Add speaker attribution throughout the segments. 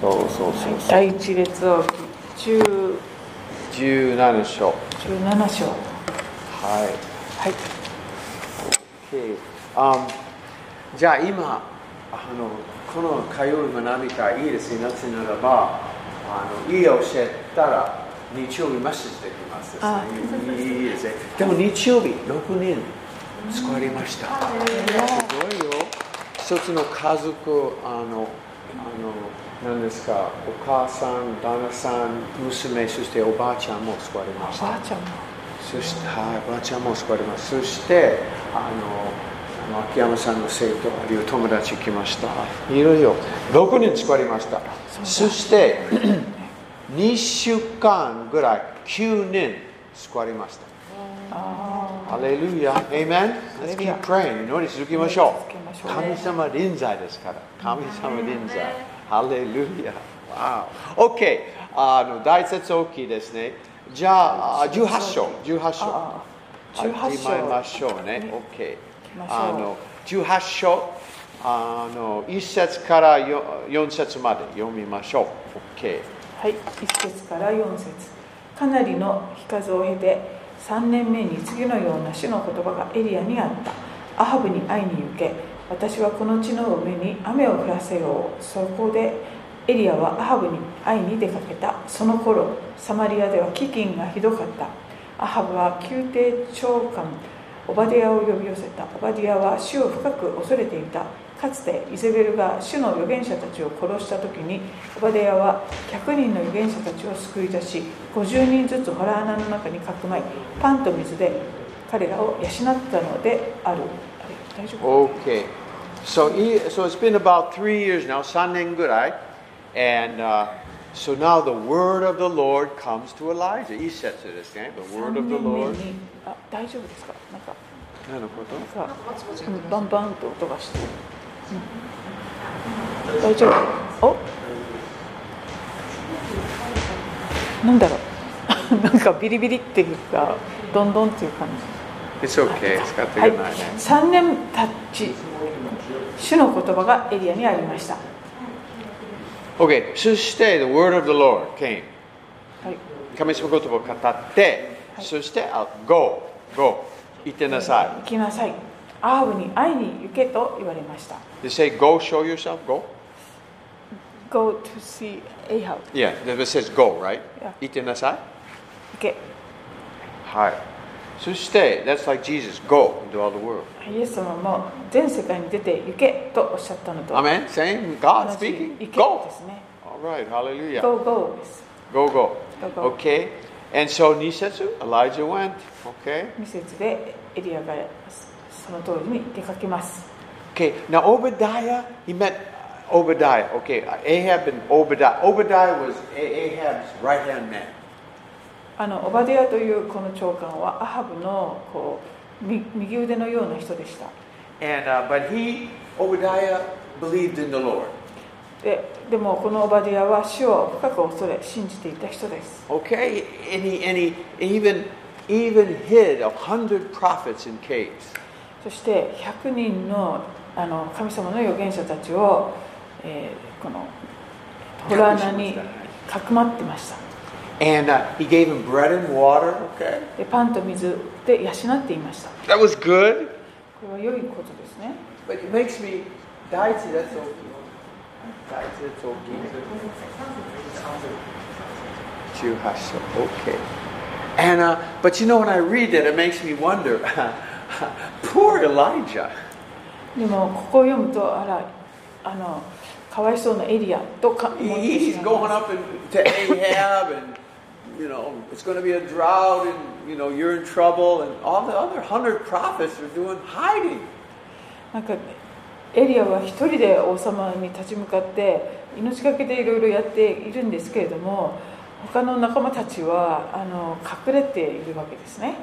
Speaker 1: そうそうそうそう、
Speaker 2: 第一列王記10
Speaker 1: 17章は
Speaker 2: 17章
Speaker 1: い
Speaker 2: はい
Speaker 1: OK あじゃあ今あのこの通う学びがいいですねなぜならばあのいい教えたら日曜日マッシュできます
Speaker 2: あ
Speaker 1: です、ね、いいですねでも日曜日6人救われました、すごいよ一つの家族あのあの何ですかお母さん旦那さん娘そしておばあちゃんも救われま
Speaker 2: お
Speaker 1: した
Speaker 2: ばあちゃんも
Speaker 1: そして、はい、おばあちゃんも救われます。そして、あの、あの秋山さんの生徒、あるいは友達来ました。いろいろ、6人救われました。そして、2週間ぐらい、9人救われました。ハレルヤ、エイメン。Let's
Speaker 2: レルヤ
Speaker 1: keep praying. 祈り続けましょ
Speaker 2: 続けまし
Speaker 1: う。
Speaker 2: ょう
Speaker 1: 神様臨在ですから。神様臨在。ハレルヤ。わお。OK。あの、大説大きいですね。じゃあ、18章。18章。
Speaker 2: あ
Speaker 1: Ah,
Speaker 2: あ18
Speaker 1: 始めま
Speaker 2: 章
Speaker 1: しょうね。OK
Speaker 2: き。ましょう
Speaker 1: あの18章あの1節からよ4節まで読みましょう。OK。
Speaker 2: はい1節から4節かなりの日数を経て3年目に次のような主の言葉がエリアにあったアハブに会いに行け私はこの地の上に雨を降らせようそこでエリアはアハブに会いに出かけたその頃サマリアでは飢饉がひどかったアハブは宮廷長官オバディアを呼び寄せたオバディアは主を深く恐れていたかつてイゼベルが主の預言者たちを殺した時にオバディアは100人の預言者たちを救い出し50人ずつ洞穴の中にかくまいパンと水で彼らを養ったのであるあれ大丈夫
Speaker 1: Okay. So, he, so it's been about three years now, Sanen Gurai. And uh, so now the word of the Lord comes to Elijah. He says it is, okay? The
Speaker 2: 3
Speaker 1: word of the
Speaker 2: 年目
Speaker 1: Lord.
Speaker 2: にあ大丈夫ですかなんか
Speaker 1: なるほど。
Speaker 2: なんかうんバンバンと音がしてる、うん大丈夫おなんだろう なんかビリビリっていうかどんどんっていう感じ
Speaker 1: It's okay. It's got the
Speaker 2: はい
Speaker 1: good night.、
Speaker 2: 3年たち主の言葉がエリアにありました、は
Speaker 1: Okay. そして the word of the Lord came.
Speaker 2: い、
Speaker 1: 神様言葉を語って、そして、あ go, go, 行ってなさ
Speaker 2: 行きなさいアーブに会いに行けと言われました
Speaker 1: い。They say, go, show yourself, go.
Speaker 2: Go to see Ahab
Speaker 1: Yeah, it says go, right?
Speaker 2: Yeah.
Speaker 1: 行ってなさい。
Speaker 2: 行け
Speaker 1: はい。そして、that's like Jesus, go into all the world.
Speaker 2: イエス様も全世界に出て行けとおっしゃったのと
Speaker 1: Amen? Same, God
Speaker 2: 同じ行
Speaker 1: speaking,
Speaker 2: けです
Speaker 1: go.
Speaker 2: ね
Speaker 1: All right, hallelujah.
Speaker 2: Go go です。
Speaker 1: Go, go.
Speaker 2: Go, go.
Speaker 1: Okay. And so, Nisetsu, Elijah went. Okay.
Speaker 2: 二節でエリアがその通りに出かけます。
Speaker 1: Okay, now Obadiah, he met Obadiah. Okay, Ahab and Obadiah. Obadiah was A- Ahab's right hand man.
Speaker 2: あのオバディアというこの長官はアハブのこうみ右腕のような人でした。
Speaker 1: And uh, but he Obadiah believed in the Lord.
Speaker 2: ででもこのオバディアは死を深く恐れ信じていた人です。
Speaker 1: Okay, and he and he even even hid a hundred prophets in caves.
Speaker 2: そして100人のあの神様の預言者たちを、えーこのホラ穴にかくまってました。
Speaker 1: And uh, he gave him bread and water. Okay,
Speaker 2: でパンと水で養っていました。
Speaker 1: that was good.
Speaker 2: これは良いことですね。
Speaker 1: But it makes me Daichi, that's okay. Daichi, that's okay. Juhasha, okay. And uh, but you know when I read that it makes me wonder. Poor Elijah.
Speaker 2: でもここを読むとあらあのかわいそうなエリアとか思って
Speaker 1: He- He's
Speaker 2: しまい
Speaker 1: going
Speaker 2: ます
Speaker 1: up in, to Ahab and you know, it's gonna be a drought and you know, you're in trouble and all the other hundred prophets are doing hiding.
Speaker 2: なんかエリアは一人で王様に立ち向かって命がけでいろいろやっているんですけれども他の仲間たちはあの隠れているわけですね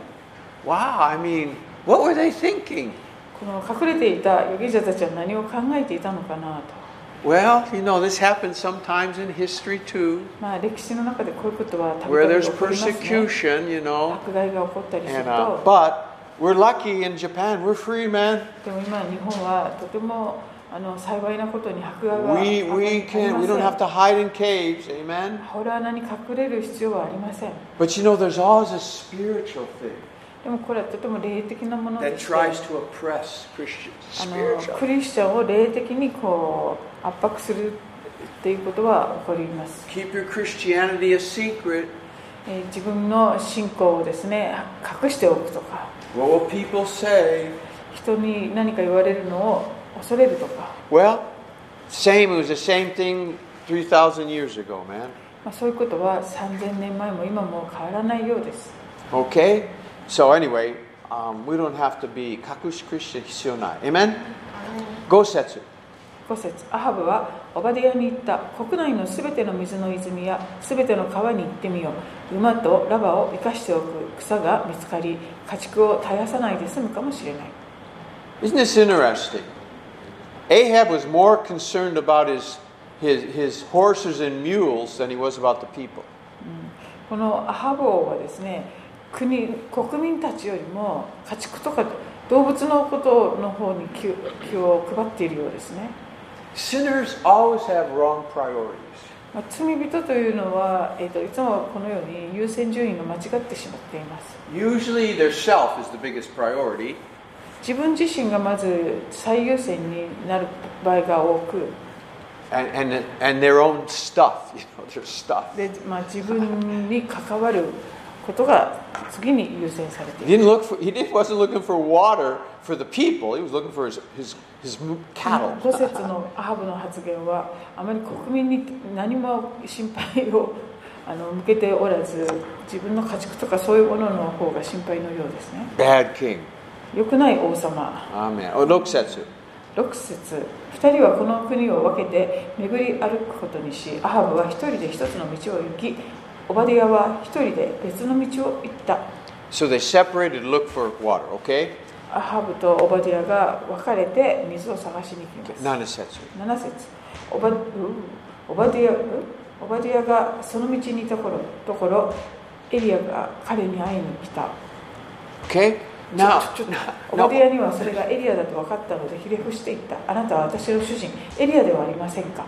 Speaker 1: Wow, I mean, what were they thinking?
Speaker 2: この隠れていた預言者たちは何を考えていたのかなと
Speaker 1: Well, you know, this happens sometimes in history too,
Speaker 2: まあ歴史の中でこういうことはたび
Speaker 1: where
Speaker 2: たび
Speaker 1: there's
Speaker 2: 起こりますね
Speaker 1: persecution, you know.
Speaker 2: 迫害が起こったりする
Speaker 1: And uh,
Speaker 2: と
Speaker 1: but we're lucky in Japan, we're free, man.
Speaker 2: でも今日本はとてもあの幸いなことに迫害は
Speaker 1: We,
Speaker 2: あり
Speaker 1: we
Speaker 2: ませ
Speaker 1: can, we don't
Speaker 2: ん
Speaker 1: have to hide in caves, amen?
Speaker 2: ホラー穴に隠れる必要はありません
Speaker 1: But you know, there's always a spiritual thing
Speaker 2: でもこれはとても霊的なもの
Speaker 1: that
Speaker 2: でして
Speaker 1: tries to oppress Christians.
Speaker 2: あの
Speaker 1: Spiritual.
Speaker 2: クリスチャンを霊的にこう圧迫するっていうことは起こります、
Speaker 1: Keep your Christianity a secret.
Speaker 2: えー自分の信仰をですね隠しておくとか
Speaker 1: What will people say?
Speaker 2: 人に何か言われるのを恐れるとか、
Speaker 1: Well, same. It was the same thing 3,000 years ago, man.
Speaker 2: まあ、そういうことは3000年前も今も変わらないようです
Speaker 1: Okay? So, anyway, um, we don't have to be kakush Christian hisionai. Amen? Go setsu.
Speaker 2: 5節アハブはオバディアに行った国内のすべての水の泉やすべての川に行ってみよう馬とラバを生かしておく草が見つかり家畜を絶やさないで済むかもしれない
Speaker 1: Isn't this interesting? Ahab was more concerned about his, his, his horses and mules than he was about the people.
Speaker 2: このアハブ王はですね国国民たちよりも家畜とか動物のことの方に気を気を配っているようですね、
Speaker 1: Sinners always have wrong priorities.
Speaker 2: まあ、罪人というのは、えー、といつもこのように優先順位が間違ってしまっています
Speaker 1: Usually, their self is the biggest priority,
Speaker 2: 自分自身がまず最優先になる場合が多く
Speaker 1: and, and, and their own stuff, you know, their stuff.
Speaker 2: で、まあ、自分に関わることが次に優先されて
Speaker 1: He
Speaker 2: いる
Speaker 1: didn't look for, he didn't, wasn't looking for water for the people. He was looking for his, his, his m-
Speaker 2: 5
Speaker 1: cattle.
Speaker 2: 節のアハブの発言はあまり国民に何も心配を あの向けておらず自分の家畜とかそういうものの方が心配のようですね
Speaker 1: Bad king.
Speaker 2: 良くない王様
Speaker 1: Amen. Oh, look, Setsu.
Speaker 2: 6節2人はこの国を分けて巡り歩くことにしアハブは一人で一つの道を行きオバディアは一人で別の道を行った
Speaker 1: So they separated to look for water, okay?
Speaker 2: アハブとオバディアが分かれて水を探しに行きます
Speaker 1: Nana Setsu.
Speaker 2: 7節オバううオバディアうオバディアがその道にいた頃ところエリアが彼に会いに来た
Speaker 1: Okay?
Speaker 2: ちょ
Speaker 1: Now,
Speaker 2: ちょちょ
Speaker 1: now,
Speaker 2: オバデ
Speaker 1: now,
Speaker 2: ィアにはそれがエリアだと分かったのでひれ伏していったあなたは私の主人エリアではありませんか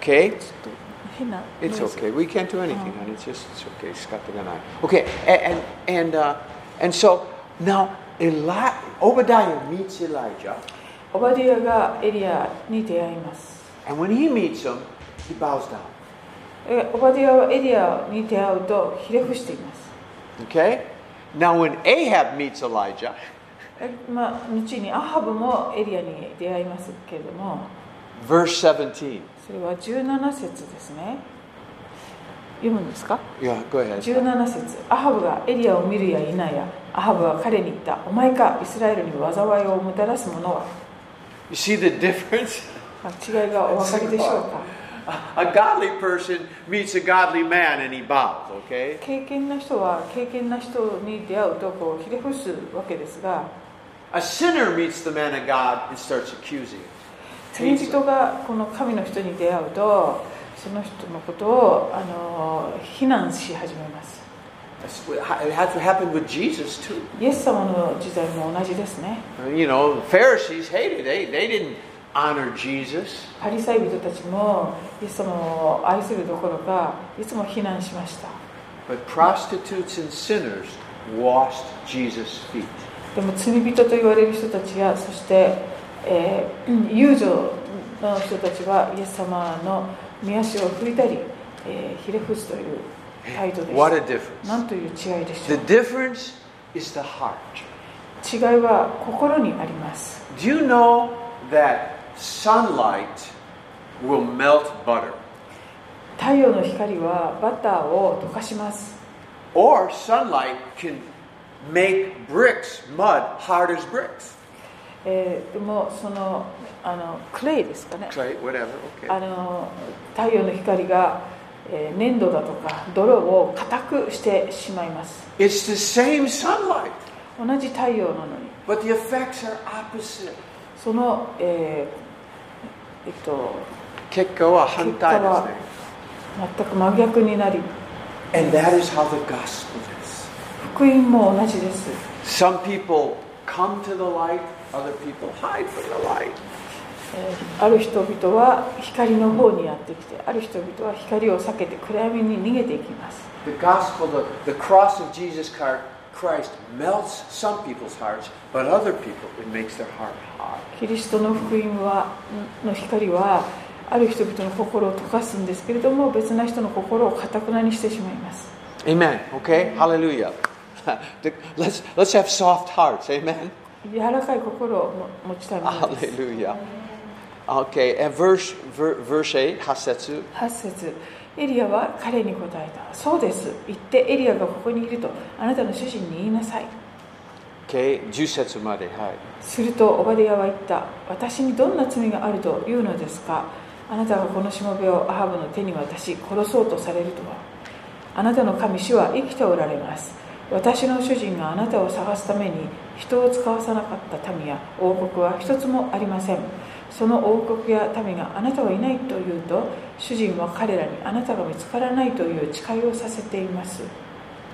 Speaker 1: okay?
Speaker 2: ちょっと変な
Speaker 1: It's
Speaker 2: ノイズ
Speaker 1: okay. We can't do anything, honey. It's just, it's okay. It's got the gun on. Okay, and, and, and, uh, and so now Eli- Obadiah meets Elijah,
Speaker 2: オバディアがエリアに出会います
Speaker 1: and when he meets him, he bows down.
Speaker 2: えオバディアはエリアに出会うとひれ伏しています
Speaker 1: Okay? Now, when Ahab meets Elijah,
Speaker 2: えまあ、後にアハブもエリアに出会いますけれども
Speaker 1: verse 17.
Speaker 2: それは17節ですね読むんですか
Speaker 1: Yeah, go ahead.
Speaker 2: 17節アハブがエリアを見るや否やアハブは彼に言ったお前かイスラエルに災いをもたらす者は
Speaker 1: You see the difference?
Speaker 2: まあ違いがお分かりでしょうか
Speaker 1: A godly person meets a godly man and he bows, okay?
Speaker 2: 経験な人は経験な人に出会うとこうひれ伏すわけですが
Speaker 1: A sinner meets the man of God and starts accusing him.
Speaker 2: 罪人がこの神の人に出会うとその人のことをあの非難し始めます
Speaker 1: That's what ha- It had to happen with Jesus, too.
Speaker 2: イエス様の時代も同じですね
Speaker 1: You know, the Pharisees hated, they, they didn't honor Jesus.
Speaker 2: パリサイ人たちもイエス様を愛するどころかいつも非難しました
Speaker 1: But prostitutes and sinners washed Jesus' feet.
Speaker 2: でも罪人と言われる人たちやそして、えー遊女の人たちはイエス様の見足を振りたり、えーひれ伏すという態度で
Speaker 1: What a
Speaker 2: し
Speaker 1: difference.
Speaker 2: たなんという違いでし
Speaker 1: The
Speaker 2: ょ
Speaker 1: difference is the heart.
Speaker 2: う違いは心にあります
Speaker 1: Do you know that sunlight will melt butter?
Speaker 2: 太陽の光はバターを溶かします
Speaker 1: Or sunlight can make bricks, mud, hard as bricks.
Speaker 2: えーでもそのあのクレイですかね
Speaker 1: Clay, whatever,
Speaker 2: あ
Speaker 1: okay.
Speaker 2: の太陽の光が、えー粘土だとか泥を硬くしてしまいます
Speaker 1: It's the same sunlight,
Speaker 2: 同じ太陽なのに
Speaker 1: but the effects are opposite.
Speaker 2: そのえーえっと
Speaker 1: 結果は反対ですね。
Speaker 2: 全く真逆になり
Speaker 1: And that is how the gospel is.
Speaker 2: 福音も同じです
Speaker 1: Some people come to the light, other people hide from the light.
Speaker 2: えーある人々は光の方にやってきてある人々は光を避けて暗闇に逃げていきます
Speaker 1: The gospel, the, the cross of Jesus Christ- Christ melts some people's hearts, but other people, it makes their heart hot.
Speaker 2: キリストの福音はの光はある人々の心を溶かすんですけれども別な人の心をかたくなにしてしまいます
Speaker 1: Amen. Okay? Hallelujah. let's, let's have soft hearts. Amen.
Speaker 2: 柔らかい心をも持ちたいものです
Speaker 1: Hallelujah. Okay, and verse, ver, verse 8, Hasetsu.
Speaker 2: 8節エリアは彼に答えたそうです行ってエリアがここにいるとあなたの主人に言いなさい
Speaker 1: Okay, 10節まで。はい。
Speaker 2: するとオバディアは言った私にどんな罪があるというのですかあなたがこのしもべをアハブの手に渡し殺そうとされるとはあなたの神主は生きておられます私の主人があなたを探すために人を使わさなかった民や王国は一つもありませんその王国や民があなたはいないと言うと主人は彼らにあなたが見つからないという誓いをさせています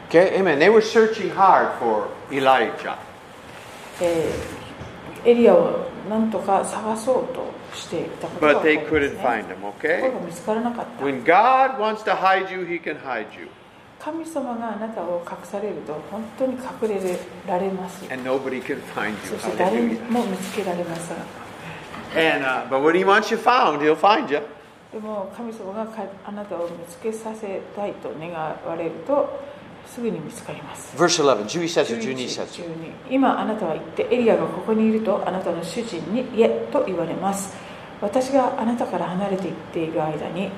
Speaker 1: Okay, amen. They were searching hard for Elijah.
Speaker 2: えーエリアをなんとか探そうとしていたこと
Speaker 1: But
Speaker 2: が分かり
Speaker 1: they couldn't
Speaker 2: ますね
Speaker 1: find him,
Speaker 2: とこ
Speaker 1: okay?
Speaker 2: ろが見つからなかった
Speaker 1: When God wants to hide you, he can hide you.
Speaker 2: 神様があなたを隠されると本当に隠れられます
Speaker 1: And nobody can find you.
Speaker 2: そして誰
Speaker 1: Hallelujah.
Speaker 2: も見つけられません
Speaker 1: And, uh, but when he wants you found, he'll find you.
Speaker 2: でも神様がかあなたを見つけさせたいと願われるとすぐに見つかります
Speaker 1: Verse 11, 11節、12
Speaker 2: 11
Speaker 1: 節。
Speaker 2: 12今あなたは言ってエリアがここにいるとあなたの主人に言えと言われます私があなたから離れていっている間に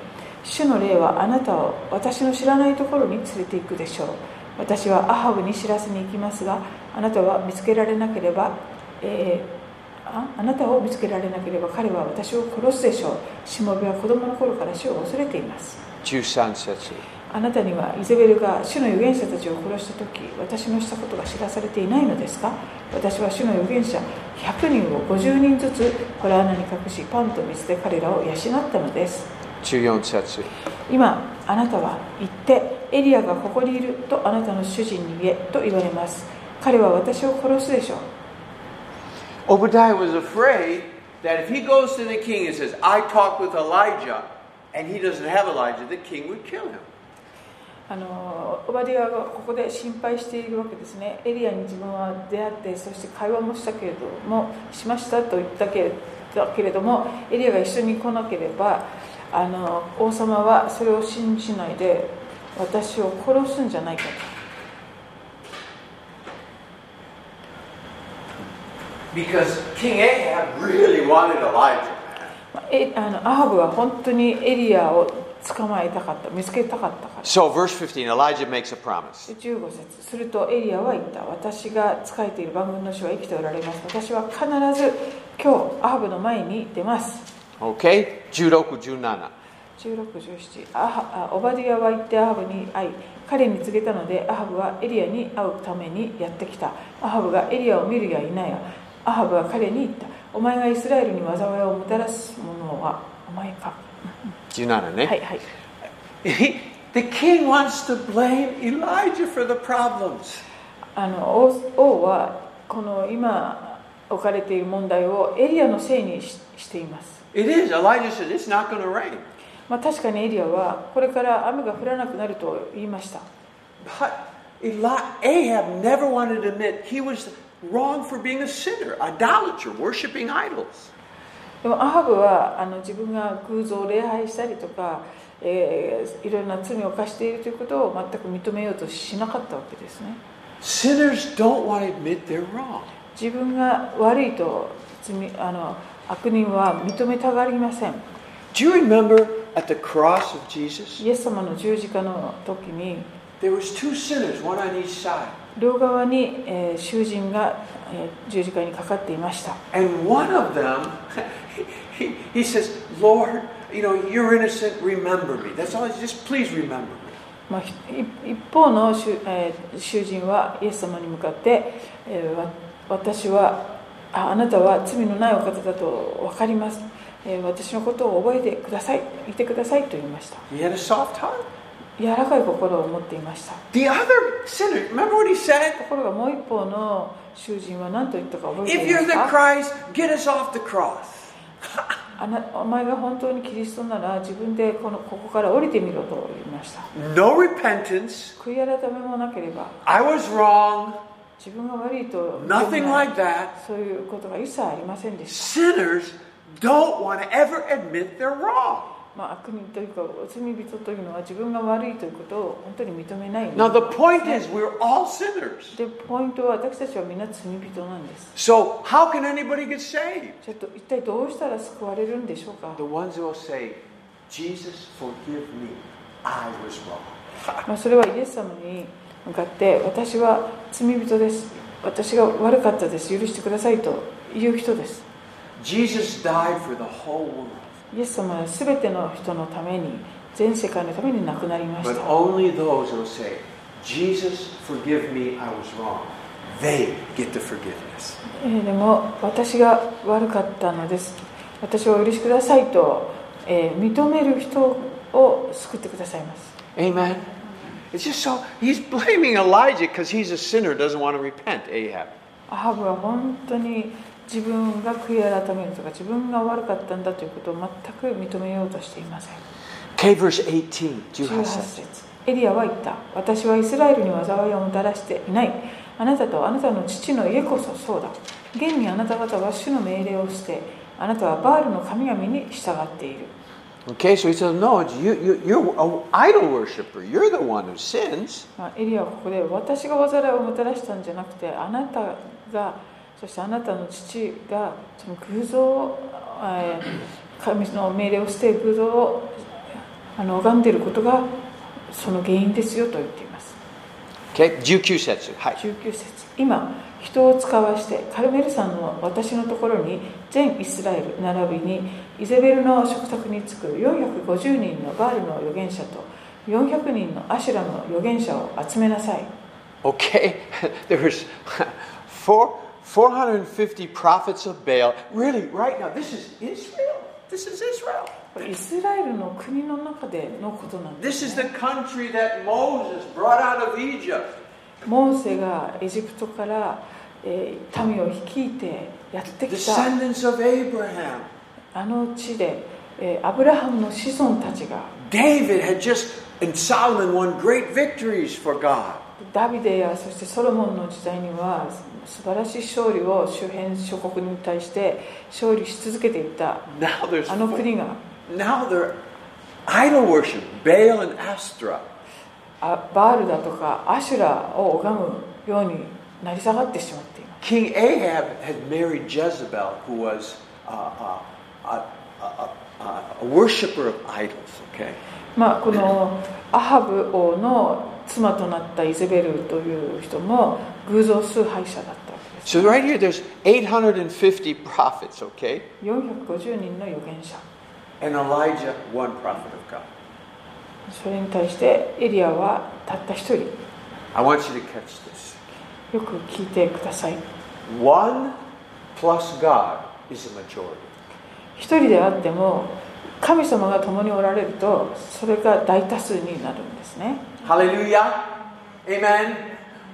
Speaker 2: 主の霊はあなたを私の知らないところに連れて行くでしょう私はアハブに知らせに行きますがあなたは見つけられなければ、えーああなたを見つけられなければ彼は私を殺すでしょうしもべは子供の頃から主を恐れています
Speaker 1: 13節。
Speaker 2: あなたにはイゼベルが主の預言者たちを殺した時私のしたことが知らされていないのですか私は主の預言者100人を50人ずつホラー穴に隠しパンと水で彼らを養ったのです
Speaker 1: 14節。
Speaker 2: 今あなたは行ってエリアがここにいるとあなたの主人に言えと言われます彼は私を殺すでしょう
Speaker 1: Obadiah was afraid that if he goes to the king and says, I talked with Elijah, and he doesn't have Elijah, the king would kill him.
Speaker 2: あのオバディアがここで心配しているわけですねエリアに自分は出会ってそして会話もしたけれどもしましたと言ったけれだけれどもエリアが一緒に来なければあの王様はそれを信じないで私を殺すんじゃないか
Speaker 1: Because King Ahab really wanted Elijah.
Speaker 2: とえあのアハブは本当にエリアを捕まえたかった見つけたかったから
Speaker 1: So, verse 15, Elijah makes a promise.
Speaker 2: 15節するとエリアは言った私が仕えている番組の主は生きておられます私は必ず今日アハブの前に出ます
Speaker 1: Okay? Judoku Junana.
Speaker 2: 1617アハあオバディアは行ってアハブに会い彼に告げたのでアハブはエリアに会うためにやってきたアハブがエリアを見るやいないやアハブは彼に言ったお前がイスラエルに災いをもたらすものはお前か
Speaker 1: Junana,
Speaker 2: は
Speaker 1: ne?
Speaker 2: いはい
Speaker 1: He, the king wants to blame Elijah for the problems.
Speaker 2: あの王王はこの今置かれている問題をエリアのせいにししています
Speaker 1: It is. Elijah said, It's not going to rain.
Speaker 2: まあ確かにエリアはこれから雨が降らなくなると言いました
Speaker 1: But Eli- Ahab never wanted to admit he was wrong for being a sinner, idolater, worshiping idols.
Speaker 2: でもアハブはあの自分が偶像を礼拝したりとか、えーいろんな罪を犯しているということを全く認めようとしなかったわけですね
Speaker 1: Sinners don't want to admit they're wrong.
Speaker 2: 自分が悪いと罪あの悪人は認めたがりません
Speaker 1: Do you remember at the cross of Jesus?
Speaker 2: イエス様の十字架の時に
Speaker 1: There was two sinners, one on each side.
Speaker 2: 両側に、えー囚人が、えー十字架にかかっていました
Speaker 1: And one of them, he, he says, Lord, you know, you're innocent, remember me. That's all, he- just please remember me.
Speaker 2: まあ、ひ一一方の囚,、えー囚人はイエス様に向かって、えーわ私はああなたは罪のないお方だと分かります、えー私のことを覚えてくださいいてくださいと言いました
Speaker 1: He had a soft heart.
Speaker 2: 柔らかい心を持っていました
Speaker 1: The other sinner, remember what he said?
Speaker 2: ところがもう一方の囚人は何と言ったか覚えて
Speaker 1: If
Speaker 2: いま
Speaker 1: you're
Speaker 2: す
Speaker 1: the
Speaker 2: か
Speaker 1: Christ, get us off the cross.
Speaker 2: あなお前が本当にキリストなら自分でこのここから降りてみろと言いました
Speaker 1: No repentance.
Speaker 2: 悔い改めもなければ
Speaker 1: I was wrong.
Speaker 2: 自分が悪いと
Speaker 1: Nothing
Speaker 2: 認めない
Speaker 1: like that.
Speaker 2: そういうことが一切ありませんでし
Speaker 1: Sinners don't want to ever admit they're wrong.
Speaker 2: た、まあ、悪人というか罪人というのは自分が悪いということを本当に認めない
Speaker 1: Now, the point is, we're all sinners.
Speaker 2: でポイントは私たちはみんな罪人なんです
Speaker 1: So, how can anybody get saved?
Speaker 2: ちょっと一体どうしたら救われるんでしょうか
Speaker 1: The、ones who will say, Jesus, forgive me. I was wrong.
Speaker 2: まあ、それはイエス様に向かって私は罪人です私が悪かったです許してくださいという人です
Speaker 1: Jesus died for the whole world,
Speaker 2: イエス様は全ての人のために全世界のために亡くなりまし
Speaker 1: but
Speaker 2: た
Speaker 1: only those who will say, Jesus, forgive me. I was wrong. They get the forgiveness.
Speaker 2: えーでも私が悪かったのです私をお許しくださいと、えー認める人を救ってくださいます
Speaker 1: Amen. It's just so he's blaming Elijah because he's a sinner, doesn't want to repent. Ahab.
Speaker 2: アハブは本当に自分が悔い改めるとか自分が悪かったんだということを全く認めようとしていません
Speaker 1: Okay, verse 18.
Speaker 2: 18
Speaker 1: 18
Speaker 2: 節
Speaker 1: 節
Speaker 2: エリアは言った私はイスラエルに災いをもたらしていないあなたとあなたの父の家こそそうだ現にあなた方は主の命令をしてあなたはバールの神々に従っている
Speaker 1: Okay, so he says, no, it's you, you, you're an idol worshiper. You're the one who sins.
Speaker 2: まあエリアはここで私が災いをもたらしたんじゃなくてあなたがそしてあなたの父がその偶像を、えー神の命令をして偶像をあの拝んでいることがその原因ですよと言っています
Speaker 1: Okay, 19節。はい。
Speaker 2: 19節今人を使わしてカルメル山の私のところに全イスラエル並びにイゼベルの食卓に着く450人のバールの預言者と400人のアシュラムの預言者を集めなさい
Speaker 1: Okay, there was four, 450 prophets of Baal. Really, right now, this is Israel. This is Israel.
Speaker 2: イスラエルの国の中でのことなんで
Speaker 1: This
Speaker 2: す、
Speaker 1: is the
Speaker 2: ね、
Speaker 1: country that Moses brought out of Egypt.
Speaker 2: モーセがエジプトから、えー民を率いてやってきた
Speaker 1: Descendants of Abraham.
Speaker 2: あの地で、えーアブラハムの子孫たちが
Speaker 1: David had just and Solomon won great victories for God.
Speaker 2: ダビデやそしてソロモンの時代には素晴らしい勝利を周辺諸国に対して勝利し続けていた
Speaker 1: Now there's
Speaker 2: あの国が
Speaker 1: now they're idol worship, Baal and Astra.
Speaker 2: あバールだとかアシュラを拝むようになり下がってしまっています
Speaker 1: King Ahab had married Jezebel, who was uh, uh, uh, uh, uh, a worshiper of idols. Okay,
Speaker 2: まあ、このアハブ王の妻となったイゼベルという人も偶像崇拝者だったわけです
Speaker 1: so right here there's 850 prophets. Okay,
Speaker 2: 450人の預言者
Speaker 1: and Elijah, one prophet of God.
Speaker 2: それに対してエリアはたった一人
Speaker 1: I want you to catch this.
Speaker 2: よく聞いてください
Speaker 1: One plus God is a majority.
Speaker 2: 一人であっても神様が共におられるとそれが大多数になるんですね
Speaker 1: Hallelujah. Amen.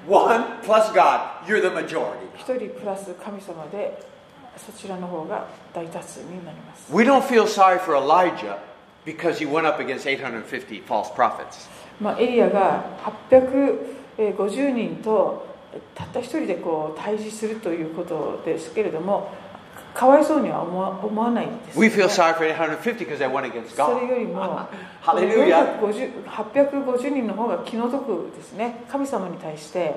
Speaker 1: One plus God, you're the majority.
Speaker 2: 一人プラス神様でそちらの方が大多数になります
Speaker 1: We don't feel sorry for Elijah because he went up against 850 false prophets.
Speaker 2: まあ、エリアが850人とたった一人でこう対峙するということですけれどもかわいそうには思わ思わないんです
Speaker 1: We feel
Speaker 2: そ
Speaker 1: sorry for 850 because they went against
Speaker 2: れ
Speaker 1: God.
Speaker 2: よりも
Speaker 1: Hallelujah.
Speaker 2: 450 850人の方が気の毒ですね神様に対して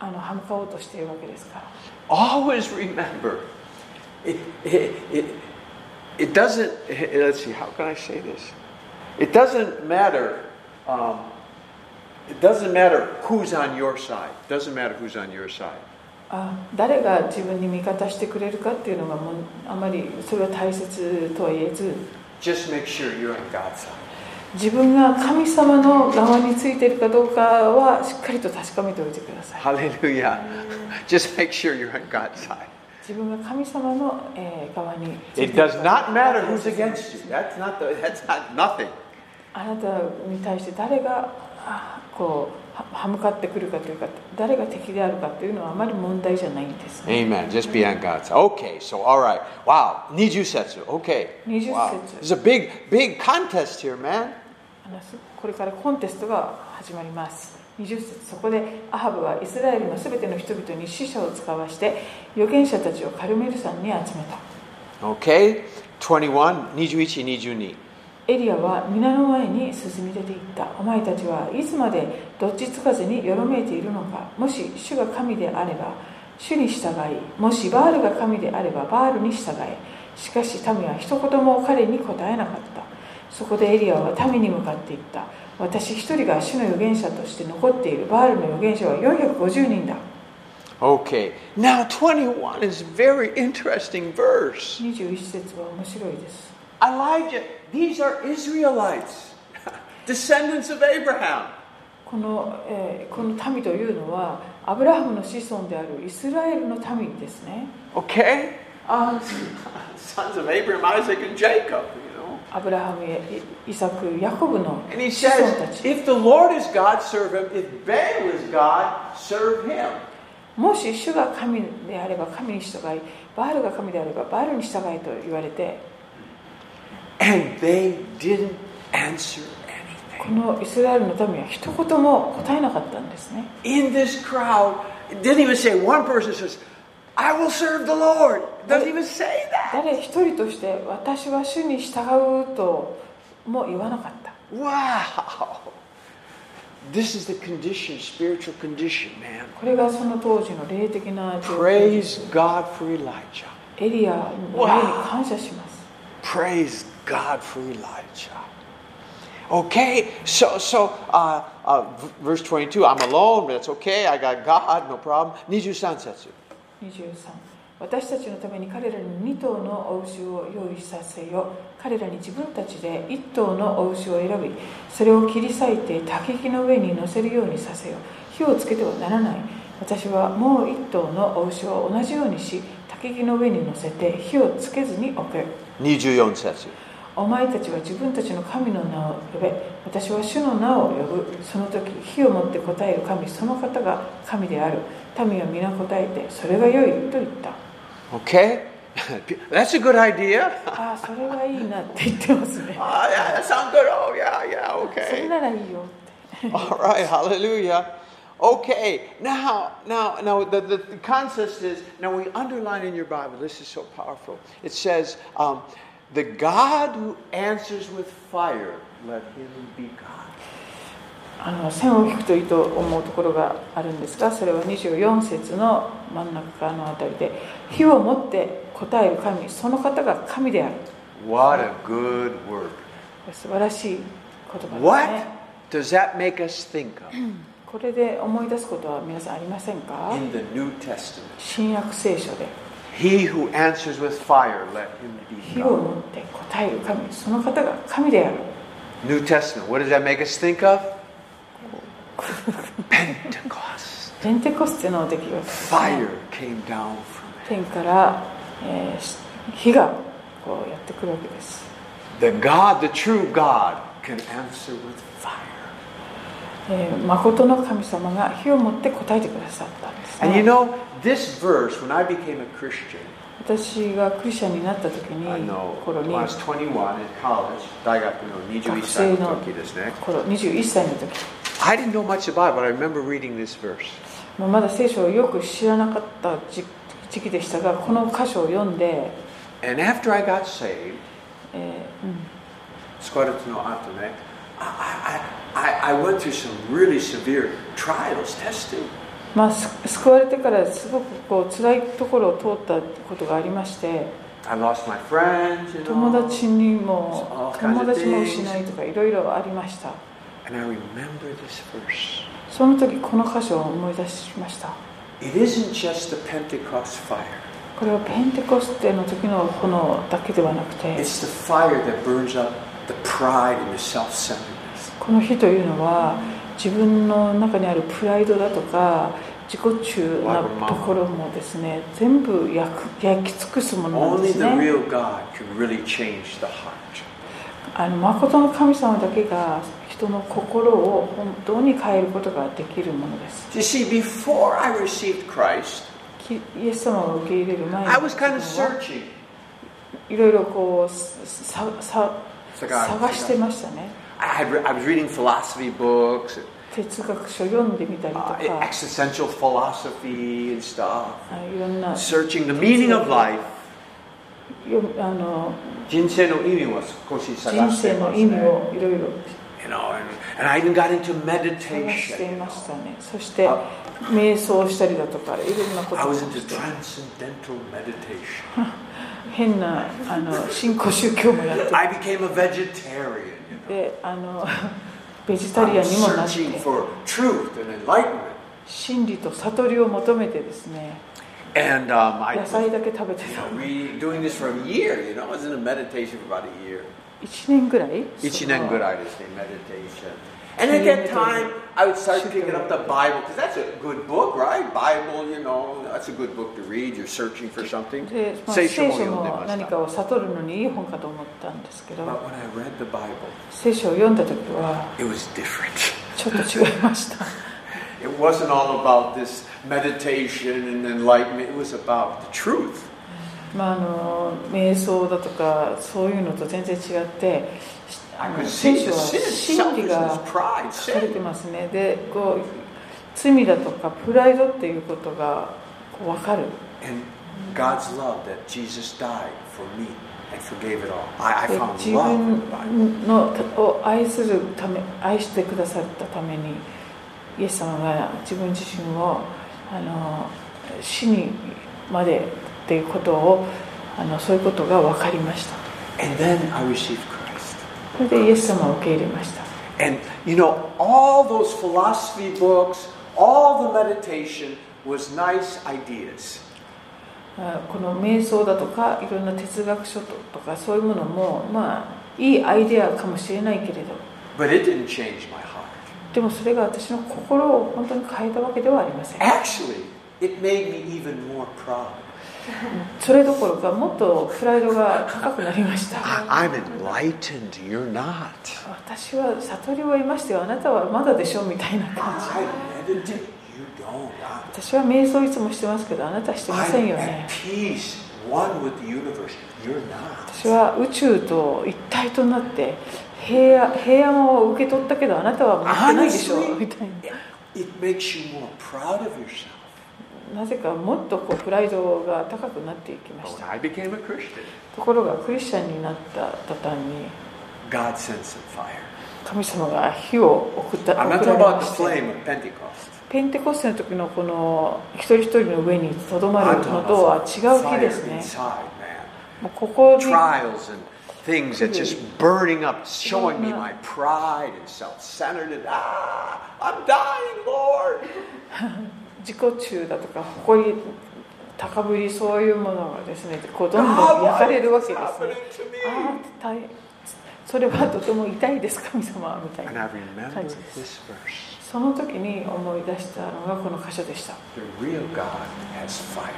Speaker 2: あの歯向かおうとしているわけですから
Speaker 1: Always remember, it, it, it, it doesn't, let's see, how can I say this? It doesn't matter, um, it doesn't matter who's on your side. doesn't matter who's on your side.
Speaker 2: あ誰が自分に味方してくれるかっていうのがもうあまりそれは大切とは言えず
Speaker 1: Just make sure you're on God's side.
Speaker 2: 自分が神様の側についているかどうかはしっかりと確かめておいてください
Speaker 1: Hallelujah. Just make sure you're on God's side.
Speaker 2: 自分が神様の、えー側についてい
Speaker 1: It
Speaker 2: るか
Speaker 1: does not matter who's against you. That's not the, that's not nothing.
Speaker 2: あなたに対して誰があこうは歯向かってくるかというか誰が敵であるかというのはあまり問題じゃないんです、ね、
Speaker 1: Amen. Just be on God's side. Okay, so all right. Wow, Nijusetsu. Okay. Wow.
Speaker 2: 20節
Speaker 1: There's a big, big contest here, man.
Speaker 2: あのすこれからコンテストが始まります20節そこでアハブはイスラエルのすべての人々に死者を使わして預言者たちをカルメル山に集めた
Speaker 1: Okay. 21, Nijuichi, Nijuni.
Speaker 2: エリアは皆の前に進み出ていったお前たちはいつまでどっちつかずによろめいているのかもし主が神であれば主に従いもしバールが神であればバールに従えしかし民は一言も彼に答えなかったそこでエリアは民に向かっていった私一人が主の預言者として残っているバールの預言者は450人だ
Speaker 1: Okay. Now 21 is a very interesting verse.
Speaker 2: 21節は面白いです
Speaker 1: Elijah, these are Israelites, descendants of Abraham.
Speaker 2: この,、えーこの民というのはアブラハムの子孫であるイスラエルの民ですね
Speaker 1: Okay? Uh, sons of Abraham, Isaac, and Jacob, you know.
Speaker 2: アブラハムやイイサクヤコブの
Speaker 1: And he
Speaker 2: 子孫
Speaker 1: says,
Speaker 2: たち
Speaker 1: if the Lord is God, serve him. If Baal is God, serve him.
Speaker 2: もし主が神であれば神に従いバールが神であればバールに従いと言われて
Speaker 1: And they didn't answer anything.
Speaker 2: このイスラエルの民は一言も答えなかったんですね
Speaker 1: In this crowd, it didn't even say one person says, I will serve the Lord. Doesn't even say that.
Speaker 2: 誰一人として私は主に従うとも言わなかった
Speaker 1: Wow. This is the condition, spiritual condition, man.
Speaker 2: これがその当時の霊的な状況です
Speaker 1: Praise God for Elijah.
Speaker 2: エリアの霊に感謝します
Speaker 1: Praise God for Elijah. Okay, so so uh, uh, v- verse 22, I'm alone, but it's okay. I got God, no problem. Niju sansetsu.
Speaker 2: 23私たちのために彼らに2頭のお牛を用意させよ彼らに自分たちで1頭のお牛を選びそれを切り裂いて竹木の上に乗せるようにさせよ火をつけてはならない私はもう1頭のお牛を同じようにし竹木の上に乗せて火をつけずに置け
Speaker 1: Niju setsu.
Speaker 2: お前たちは自分たちの神の名を呼べ私は主の名を呼ぶその時火を持って答える神その方が神である民は皆答えてそれが良いと言った
Speaker 1: Okay, that's a good idea.
Speaker 2: ああそれはいいなって言ってますね
Speaker 1: Ah, yeah, that sounds good. Oh, yeah, yeah,
Speaker 2: それ
Speaker 1: okay.
Speaker 2: ならいいよっ て
Speaker 1: All right, hallelujah. Okay, now, now, now, the, the, the concept is now we underline in your Bible, this is so powerful. It says, um, The God who answers with fire, let him be God.
Speaker 2: あの線を引くといいと思うところがあるんですがそれは24節の真ん中のあたりで火を持って答える神その方が神である
Speaker 1: What a good word.
Speaker 2: 素晴らしい言葉ですね
Speaker 1: What does that make us think of
Speaker 2: これで思い出すことは皆さんありませんか
Speaker 1: in the New Testament?
Speaker 2: 新約聖書で
Speaker 1: He who answers with fire, let him be
Speaker 2: 火を
Speaker 1: God.
Speaker 2: 持って答える神その方が神である
Speaker 1: New Testament, what does that make us think of? Pentecost.
Speaker 2: ペンテコステの出来事ですね
Speaker 1: Fire came down from heaven.
Speaker 2: 天から、えーし火がこうやってくるわけです
Speaker 1: The God, the true God, can answer with fire.
Speaker 2: えー誠の神様が火を持って答えてくださったんです、ね
Speaker 1: And you know, this verse, when I became a Christian,
Speaker 2: 私がクリスチャンになった時に
Speaker 1: I know,
Speaker 2: 頃
Speaker 1: when
Speaker 2: に
Speaker 1: I was 21 in college, 大学の21
Speaker 2: 学生の
Speaker 1: 歳の時ですね。
Speaker 2: 頃21歳の時、
Speaker 1: I didn't know much about it, but I remember reading this verse.
Speaker 2: まあ、まだ聖書をよく知らなかった時時期でしたがこの箇所を読んで、
Speaker 1: And after I got saved,
Speaker 2: えーうん
Speaker 1: スコアルツの後ね、I, I, I, I went through some really severe trials, testing.
Speaker 2: まあ、す救われてからすごくこう辛いところを通ったことがありまして
Speaker 1: I lost my friends, you
Speaker 2: 友
Speaker 1: know.
Speaker 2: 達にも
Speaker 1: あ
Speaker 2: 友達も失いとかいろいろありました
Speaker 1: And I remember this verse.
Speaker 2: その時この箇所を思い出しました
Speaker 1: It isn't just the Pentecost fire.
Speaker 2: これはペンテコステの時の炎だけではなくて
Speaker 1: It's the fire that burns up the pride and the self-centeredness.
Speaker 2: この火というのは自分の中にあるプライドだとか自己中なところもですね全部焼く焼き尽くすものなんで
Speaker 1: Only
Speaker 2: す
Speaker 1: the
Speaker 2: ね
Speaker 1: real God can really change the heart.
Speaker 2: あの誠の神様だけが人人の心を本当に変えることができるものです
Speaker 1: You see, before I received Christ,
Speaker 2: きイエス様を受け入れる前に
Speaker 1: I was kind of
Speaker 2: 自分は
Speaker 1: searching.
Speaker 2: いろいろこうささ
Speaker 1: 探
Speaker 2: 探してましたね
Speaker 1: ah, I, had re- I was reading philosophy books,
Speaker 2: 哲学書読んでみたりと
Speaker 1: uh,
Speaker 2: か
Speaker 1: existential philosophy and stuff,
Speaker 2: あいろんな
Speaker 1: searching the meaning of life.
Speaker 2: よあの
Speaker 1: 人生の意味を少し探
Speaker 2: 人
Speaker 1: して
Speaker 2: 生
Speaker 1: ま
Speaker 2: の
Speaker 1: す
Speaker 2: 意味
Speaker 1: ね。
Speaker 2: をいろいろ
Speaker 1: You know, and, and I even got into
Speaker 2: 探してい
Speaker 1: meditation.
Speaker 2: ましたねそして瞑想したりだとかいろんなこと
Speaker 1: I
Speaker 2: を
Speaker 1: was into
Speaker 2: して
Speaker 1: transcendental meditation.
Speaker 2: 変なあの新興宗教もやって
Speaker 1: I became a vegetarian. You know.
Speaker 2: で あのベジタ
Speaker 1: I
Speaker 2: リアン
Speaker 1: was
Speaker 2: にもなって
Speaker 1: searching for truth and enlightenment.
Speaker 2: 真理と悟りを求めてですね
Speaker 1: And um, I
Speaker 2: 野
Speaker 1: was
Speaker 2: 菜だけ食べて
Speaker 1: you
Speaker 2: た
Speaker 1: know, re- doing this for a year. You know, I was in a meditation for about a year.
Speaker 2: 1年ぐらい
Speaker 1: 1年ぐらいですね, meditation. And at that time, I would start picking up the Bible because that's a good book, right? Bible, you know, that's a good book to read. You're searching for something.
Speaker 2: で、まあ、聖書の何かを悟るのにいい本かと思ったんですけ
Speaker 1: But
Speaker 2: ど
Speaker 1: when I read the Bible,
Speaker 2: 聖書を読んだ時は
Speaker 1: it was different.
Speaker 2: ちょっと違いました
Speaker 1: It wasn't all about this meditation and enlightenment. It was about the truth.
Speaker 2: まああの瞑想だとかそういうのと全然違ってしあ
Speaker 1: I
Speaker 2: の
Speaker 1: could
Speaker 2: 聖
Speaker 1: see
Speaker 2: 書
Speaker 1: the sin,
Speaker 2: は真理
Speaker 1: selfishness,
Speaker 2: が
Speaker 1: pride,
Speaker 2: 書かれて
Speaker 1: sin.
Speaker 2: ますねでこう罪だとかプライドっていうことがこう分かる
Speaker 1: And God's love that Jesus died for me and forgave it all. I, I
Speaker 2: で
Speaker 1: found
Speaker 2: 自
Speaker 1: love in the Bible.
Speaker 2: 分のを愛するため愛してくださったためにイエス様が自分自身をあの死にまでっていうことをあのそういうことが分かりました
Speaker 1: And then I received Christ.
Speaker 2: それでイエス様を受け入れました
Speaker 1: And you know, all those philosophy books, all the meditation was nice ideas.
Speaker 2: あこの瞑想だとかいろんな哲学書ととかそういうものもまあいいアイデアかもしれないけれど
Speaker 1: But it didn't change my heart.
Speaker 2: でもそれが私の心を本当に変えたわけではありません
Speaker 1: Actually, it made me even more proud.
Speaker 2: それどころかもっとプライドが高くなりました
Speaker 1: I, am enlightened, you're not.
Speaker 2: 私は悟りはいましたよあなたはまだでしょみたいな感じ
Speaker 1: I meditate, you don't. I-
Speaker 2: 私は瞑想いつもしてますけどあなたはしてません
Speaker 1: I'm
Speaker 2: よね
Speaker 1: at peace, one with the universe. You're not.
Speaker 2: 私は宇宙と一体となって平安平安を受け取ったけどあなたは持ってないでしょ
Speaker 1: Honestly,
Speaker 2: みたい
Speaker 1: it, it makes you more proud of yourself.
Speaker 2: ななぜかもっとこうプライドが高くなっていきま
Speaker 1: But
Speaker 2: し
Speaker 1: when
Speaker 2: た
Speaker 1: I became a Christian,
Speaker 2: ところがクリスチャンになった途端に
Speaker 1: God sent some fire.
Speaker 2: 神様が火を送った
Speaker 1: I'm not talking
Speaker 2: 送ら
Speaker 1: about
Speaker 2: れま
Speaker 1: the
Speaker 2: し
Speaker 1: flame
Speaker 2: て
Speaker 1: of Pentecost.
Speaker 2: ペンテコステの時のこの一人一人の上にとどま
Speaker 1: I'm
Speaker 2: るの
Speaker 1: talking
Speaker 2: とは
Speaker 1: about
Speaker 2: 違
Speaker 1: some
Speaker 2: う火です
Speaker 1: fire
Speaker 2: ね
Speaker 1: inside, man.
Speaker 2: もうここに
Speaker 1: Trials and things that just burning up, showing me my pride and self-centered. And, ah, I'm dying, Lord.
Speaker 2: 自己中だとか誇り高ぶりそういうものがですねこうどんどん
Speaker 1: God,
Speaker 2: 焼か
Speaker 1: why
Speaker 2: れるわ
Speaker 1: is
Speaker 2: けで
Speaker 1: this
Speaker 2: すね
Speaker 1: happening to
Speaker 2: あ
Speaker 1: me?
Speaker 2: あ大それはとても痛いです神様みたい
Speaker 1: And I remember
Speaker 2: な
Speaker 1: this verse.
Speaker 2: その時に思い出したのがこの箇所でした
Speaker 1: The real God has fire.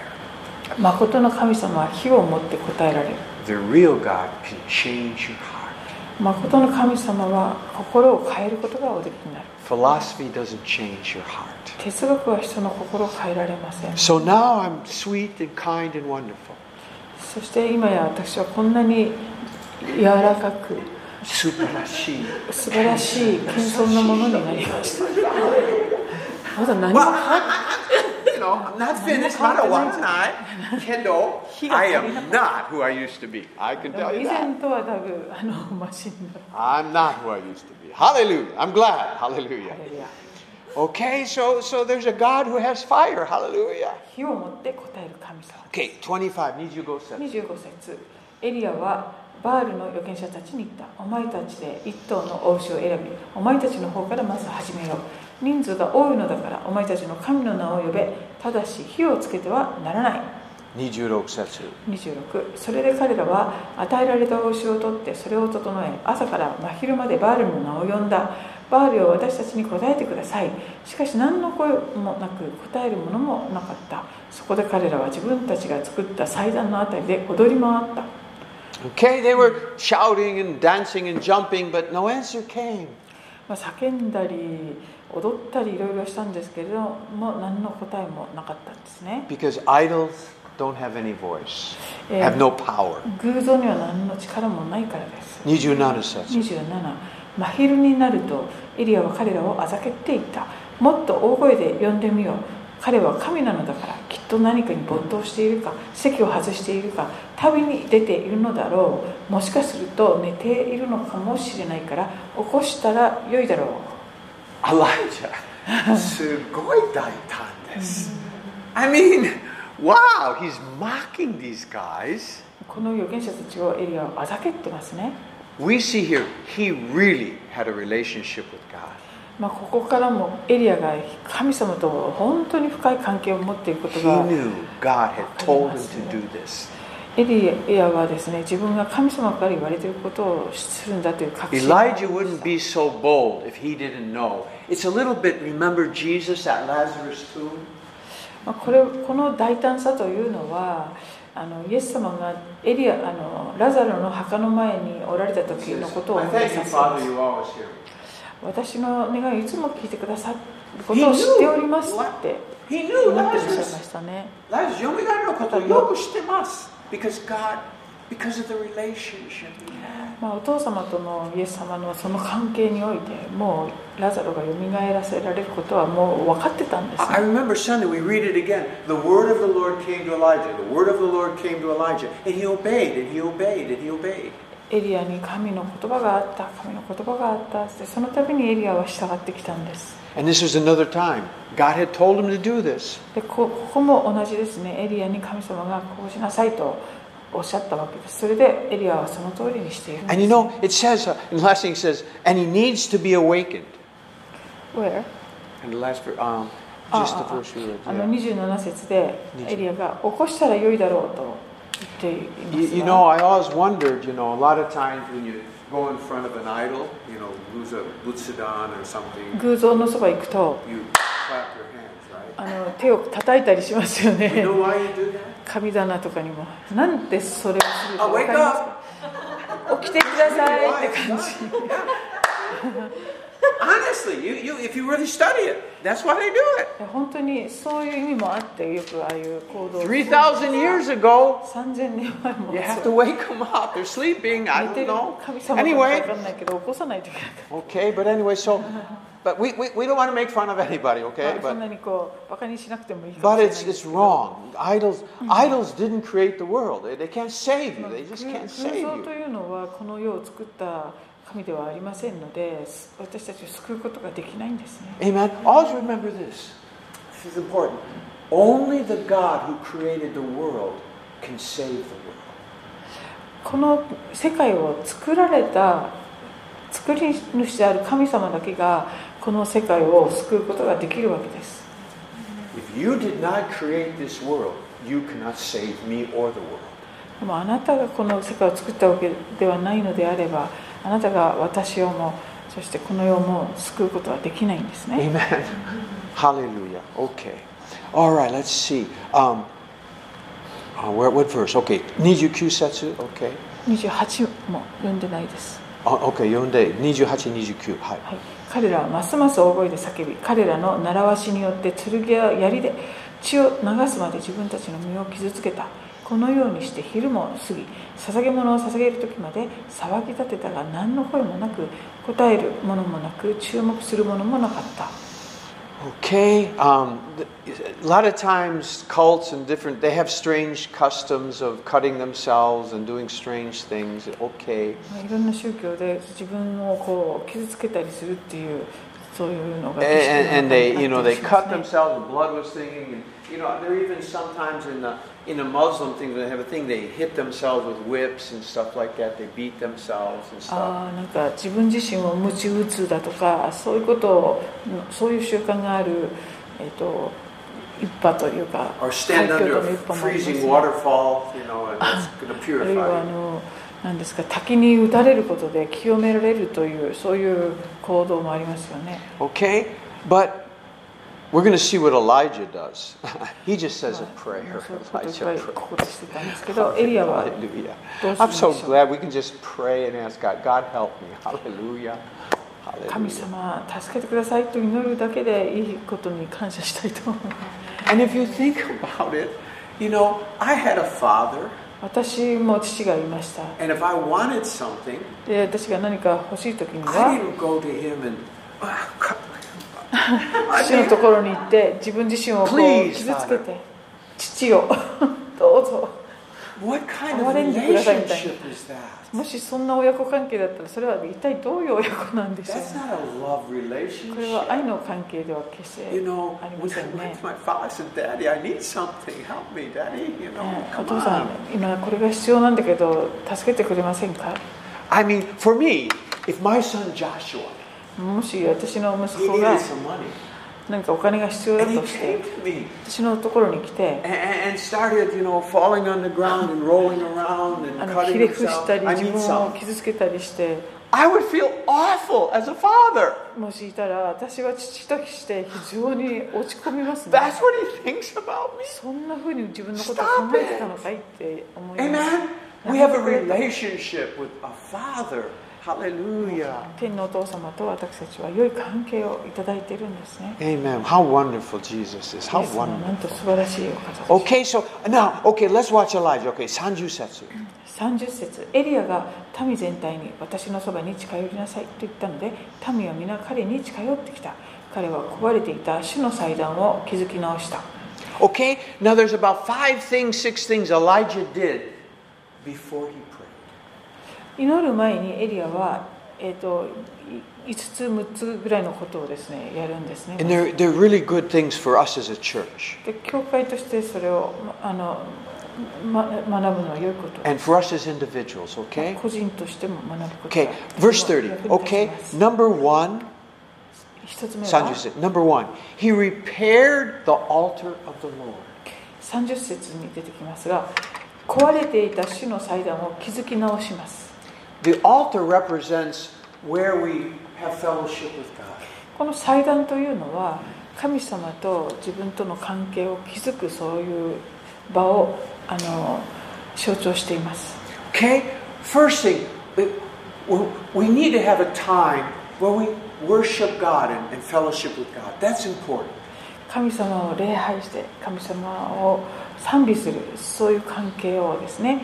Speaker 2: 誠の神様は火を持って答えられる
Speaker 1: The real God can change your heart.
Speaker 2: 誠の神様は心を変えることがおできになる
Speaker 1: Philosophy doesn't change your heart.
Speaker 2: 哲学は人の心を変えられません
Speaker 1: So now I'm sweet and kind and wonderful.
Speaker 2: そして今や私はこんなに柔らかく
Speaker 1: 素晴らしい。
Speaker 2: 素晴らしい謙遜なものになりましたまだ何
Speaker 1: Well,
Speaker 2: も
Speaker 1: I, I, you know, I'm not finished, but I want to Kendall, I am not who I used to be. I can
Speaker 2: で
Speaker 1: tell
Speaker 2: も
Speaker 1: you
Speaker 2: 以
Speaker 1: that.
Speaker 2: 前とはだいぶあのマシになる
Speaker 1: I'm not who I used to be. Hallelujah. I'm glad.
Speaker 2: ハ
Speaker 1: Hallelujah.
Speaker 2: レルヤ
Speaker 1: Okay, so so there's a God who has fire. Hallelujah.
Speaker 2: 火を持って答える神様
Speaker 1: Okay, 25, need you go set.
Speaker 2: 25節エリアはバールの預言者たちに言ったお前たちで一頭の王子を選びお前たちの方からまず始めよう人数が多いのだからお前たちの神の名を呼べただし火をつけてはならない
Speaker 1: 26節。
Speaker 2: 26それで彼らは与えられた王子を取ってそれを整え朝から真昼までバールの名を呼んだバールを私たちに答えてくださいしかし何の声もなく答えるものもなかったそこで彼らは自分たちが作った祭壇のあたりで踊り回った
Speaker 1: Okay, they were shouting and dancing and jumping, but no answer came.
Speaker 2: まあ、叫んだり踊ったりいろいろしたんですけれども何の答えもなかったんですね
Speaker 1: Because idols don't have any voice,
Speaker 2: えー
Speaker 1: have no power.
Speaker 2: 偶像には何の力もないからです
Speaker 1: 27 says,
Speaker 2: 27真昼になるとエリアは彼らをあざけっていったもっと大声で呼んでみよう彼は神なのだからきっと何かに没頭しているか席を外しているか旅に出ているのだろうもしかすると寝ているのかもしれないから起こしたらよいだろう
Speaker 1: Elijah, すごい大胆です。I mean, wow, he's mocking these guys.
Speaker 2: この預言者たちをエリアはあざけってますね、
Speaker 1: We see here he really had a relationship with God.
Speaker 2: まあ、ここからもエリアが神様と本当に深い関係を持っていること
Speaker 1: He
Speaker 2: が
Speaker 1: knew God had told him to do this.
Speaker 2: エリアはですね自分が神様から言われていることをするんだという確信
Speaker 1: Elijah wouldn't be so bold if he didn't know. It's a little bit, remember Jesus at Lazarus' tomb?
Speaker 2: まあこれこの大胆さというのはあのイエス様がエリアあのラザロの墓の前におられた
Speaker 1: He
Speaker 2: 時
Speaker 1: says,
Speaker 2: のことを
Speaker 1: I
Speaker 2: 思い出
Speaker 1: thank you,
Speaker 2: させ
Speaker 1: Father,
Speaker 2: ます
Speaker 1: you always hear me.
Speaker 2: 私の願いをいつも聞いてくださることを知っておりますって
Speaker 1: He
Speaker 2: 思
Speaker 1: knew
Speaker 2: ってらっしゃいま
Speaker 1: Lazarus.
Speaker 2: したね
Speaker 1: Lazarus, よみがえることをよく知ってます。Because God, because of the relationship he had.
Speaker 2: まあ、お父様とのイエス様のその関係においてもうラザロがよみがえらせられることはもう分かってたんですね
Speaker 1: I I remember Sunday, we read it again. The word of the Lord came to Elijah. The word of the Lord came to Elijah. And he obeyed, and he obeyed, and he obeyed.
Speaker 2: エリアに神の言葉があった神の言葉があったでその度にエリアは従ってきたんです
Speaker 1: And this was another time. God had told him to do this.
Speaker 2: でこここも同じですねエリアに神様がこうしなさいとおっしゃったわけですそれでエリアはその通りにしているんです
Speaker 1: And you know, it says, uh, in the last thing it says, and he needs to be awakened.
Speaker 2: Where?
Speaker 1: And the last verse, um,
Speaker 2: あ
Speaker 1: just
Speaker 2: あ
Speaker 1: the
Speaker 2: あ
Speaker 1: first few
Speaker 2: あの
Speaker 1: words.
Speaker 2: 27節で
Speaker 1: 27
Speaker 2: エリアが起こしたらよいだろうと言ってい
Speaker 1: You,
Speaker 2: ます
Speaker 1: you
Speaker 2: が
Speaker 1: know, I always wondered, you know, a lot of times when you go in front of an idol, you know, lose a butsudan or something,
Speaker 2: 偶像のそば行くと
Speaker 1: you clap your hands, right?
Speaker 2: あの手を叩いたりしますよ
Speaker 1: You
Speaker 2: ね
Speaker 1: know why you do that?
Speaker 2: 神棚とかにもなんでそれをするか
Speaker 1: Ah,
Speaker 2: 分
Speaker 1: wake
Speaker 2: かります
Speaker 1: up!
Speaker 2: か起きてくださいって
Speaker 1: Why?
Speaker 2: 感じ
Speaker 1: Honestly, you, you, if you really study it, that's why they do it.
Speaker 2: いや本当にそういう意味もあってよくああいう行動
Speaker 1: 3,000 years ago,
Speaker 2: 3000年前も
Speaker 1: you have
Speaker 2: そ
Speaker 1: to
Speaker 2: う
Speaker 1: wake them up. They're sleeping. I
Speaker 2: 寝て
Speaker 1: don't
Speaker 2: る
Speaker 1: know.
Speaker 2: 神様か
Speaker 1: Anyway,
Speaker 2: わかんないけど起こさないといけなかっ
Speaker 1: Okay, but anyway, so, but we, we, we don't want to make fun of anybody,
Speaker 2: た
Speaker 1: okay?
Speaker 2: そ
Speaker 1: But,
Speaker 2: んなにこうバカにしなくてもいいかも
Speaker 1: but
Speaker 2: しれない
Speaker 1: it's, it's wrong. Idols, idols didn't create the world. They, they can't save you. They
Speaker 2: 偶
Speaker 1: just can't save
Speaker 2: 像と
Speaker 1: you.
Speaker 2: いうのはこの世を作った神ではありませんので私たちを救うことができないんですね
Speaker 1: Amen. Always remember this. This is important. Only the God who created the world can save the world.
Speaker 2: この世界を作られた作り主である神様だけがこの世界を救うことができるわけです
Speaker 1: If you did not create this world, you cannot save me or the world.
Speaker 2: でもあなたがこの世界を作ったわけではないのであればあなたが私をもそしてこの世も救うことはできないんですね
Speaker 1: Amen. Hallelujah. Okay. All right, let's see. Um, uh, where, what verse? Okay. Niju Kyusetsu. Okay.
Speaker 2: 28も読んでないです
Speaker 1: Oh, okay, Yonde. Niju Hachi Niju Kyu. Hi.
Speaker 2: はい、彼らはますます大声で叫び彼らの習わしによって剣や槍で血を流すまで自分たちの身を傷つけたこのようにして昼も過ぎ捧げ物を捧げる時まで騒ぎ立てたが何の声もなく答えるものもなく注目するものもなかった
Speaker 1: Okay. Um, th- a lot of times, cults and different, they have strange customs of cutting themselves and doing strange things. Okay.
Speaker 2: まあいろんな宗教で自分をこう傷つけたりするっていうそういうのが
Speaker 1: And, and, and they, you know, they
Speaker 2: あっ
Speaker 1: cut
Speaker 2: たりしますね
Speaker 1: themselves. And blood was singing, and you know, they're even sometimes in the in the Muslim thing. They have a thing. They hit themselves with whips and stuff like that. They beat themselves and stuff.
Speaker 2: あーなんか自分自身を鞭打つだとかそういうことをそういう習慣がある、えー、と一派というか
Speaker 1: or stand
Speaker 2: 教
Speaker 1: under
Speaker 2: 徒の
Speaker 1: a
Speaker 2: 一派もあります、
Speaker 1: freezing
Speaker 2: ね、
Speaker 1: waterfall. You know, and it's going to
Speaker 2: あ
Speaker 1: purify.
Speaker 2: るい
Speaker 1: you.
Speaker 2: はあのなんですか滝に打たれることで清められるというそういう行動もありますよね
Speaker 1: Okay, but we're going to see what Elijah does. he just says a
Speaker 2: ま
Speaker 1: prayer.
Speaker 2: あそう
Speaker 1: Elijah
Speaker 2: いうことをいっぱい
Speaker 1: prays.
Speaker 2: ここでしてたんですけどエリアは
Speaker 1: Hallelujah.
Speaker 2: Those
Speaker 1: I'm so
Speaker 2: who-
Speaker 1: glad we can just pray and ask God, God help me. Hallelujah. ハレルヤ
Speaker 2: 神様助けてくださいと祈るだけでいいことに感謝したいと思います
Speaker 1: And if you think about it, you know, I had a father,
Speaker 2: 私も父がいました
Speaker 1: and if I wanted something,
Speaker 2: で私が何か欲しい時に
Speaker 1: I
Speaker 2: は
Speaker 1: didn't go to him and, "Ah, God,
Speaker 2: 父のところに行って自分自身をこう
Speaker 1: Please,
Speaker 2: 傷つけて父を どうぞ
Speaker 1: what kind of
Speaker 2: 哀れんでくださいみたいな。
Speaker 1: relationship is that?
Speaker 2: もしそんな親子関係だったらそれは一体どういう親子なんでしょう
Speaker 1: That's not a love
Speaker 2: これは
Speaker 1: relationship.
Speaker 2: 愛の関係では決して、
Speaker 1: You
Speaker 2: ね
Speaker 1: know, when
Speaker 2: ありませんね。
Speaker 1: when my father said, Daddy, I need something. Help me, Daddy. You know, come
Speaker 2: お父さん
Speaker 1: on.
Speaker 2: 今これが必要なんだけど助けてくれませんか
Speaker 1: I mean, for me, if my son Joshua,
Speaker 2: もし私の
Speaker 1: he
Speaker 2: 息子が
Speaker 1: needed some money,
Speaker 2: 何かお金が必要だ
Speaker 1: and he
Speaker 2: として
Speaker 1: came to me.
Speaker 2: 私のところに来て
Speaker 1: and, and started, you know, falling on the ground and rolling around and
Speaker 2: あのひ
Speaker 1: cutting
Speaker 2: れ伏し
Speaker 1: himself.
Speaker 2: たり
Speaker 1: I
Speaker 2: 自
Speaker 1: need
Speaker 2: 分を
Speaker 1: some.
Speaker 2: 傷つけたりして
Speaker 1: I would feel awful as a father.
Speaker 2: もしいたら私は父として非常に落ち込みますね
Speaker 1: That's what he thinks about me.
Speaker 2: そんなふうに自分のことを考えてたのかいって思います
Speaker 1: Amen. We have a relationship with a father. Hallelujah.
Speaker 2: 天のお父様と私たちは良い関係をいただいているんですね
Speaker 1: Amen. How wonderful Jesus is.
Speaker 2: イエス様はなんと素晴らしいお方です
Speaker 1: Okay, so now, okay, let's watch Elijah. Okay, Sanju Setsu.
Speaker 2: 30節エリアが民全体に私のそばに近寄りなさいと言ったので民は皆彼に近寄ってきた彼は壊れていた主の祭壇を築き直した
Speaker 1: Okay, now there's about five things, six things Elijah did before he prayed.
Speaker 2: 祈る前にエリアは、えー、とい5つ6つぐらいのことをですねやるんですね
Speaker 1: And they're, they're really good things for us as a church
Speaker 2: で教会としてそれをまあの、ま、学ぶのは良いこと
Speaker 1: and for us as individuals, okay?
Speaker 2: 個人としても学ぶことが
Speaker 1: Okay, verse 30.
Speaker 2: 役に立ち
Speaker 1: Okay,
Speaker 2: ます
Speaker 1: number one,
Speaker 2: 一つ目は
Speaker 1: Sanju said, number one, he repaired the altar of the Lord.
Speaker 2: 30節に出てきますが壊れていた主の祭壇を築き直します
Speaker 1: The altar represents where we have fellowship with God.
Speaker 2: この祭壇というのは神様と自分との関係を築くそういう場をあの象徴しています
Speaker 1: Okay, first thing, we, we- we need to have a time where we worship God and, and fellowship with God. That's important.
Speaker 2: 神様を礼拝して神様を賛美するそういう関係をですね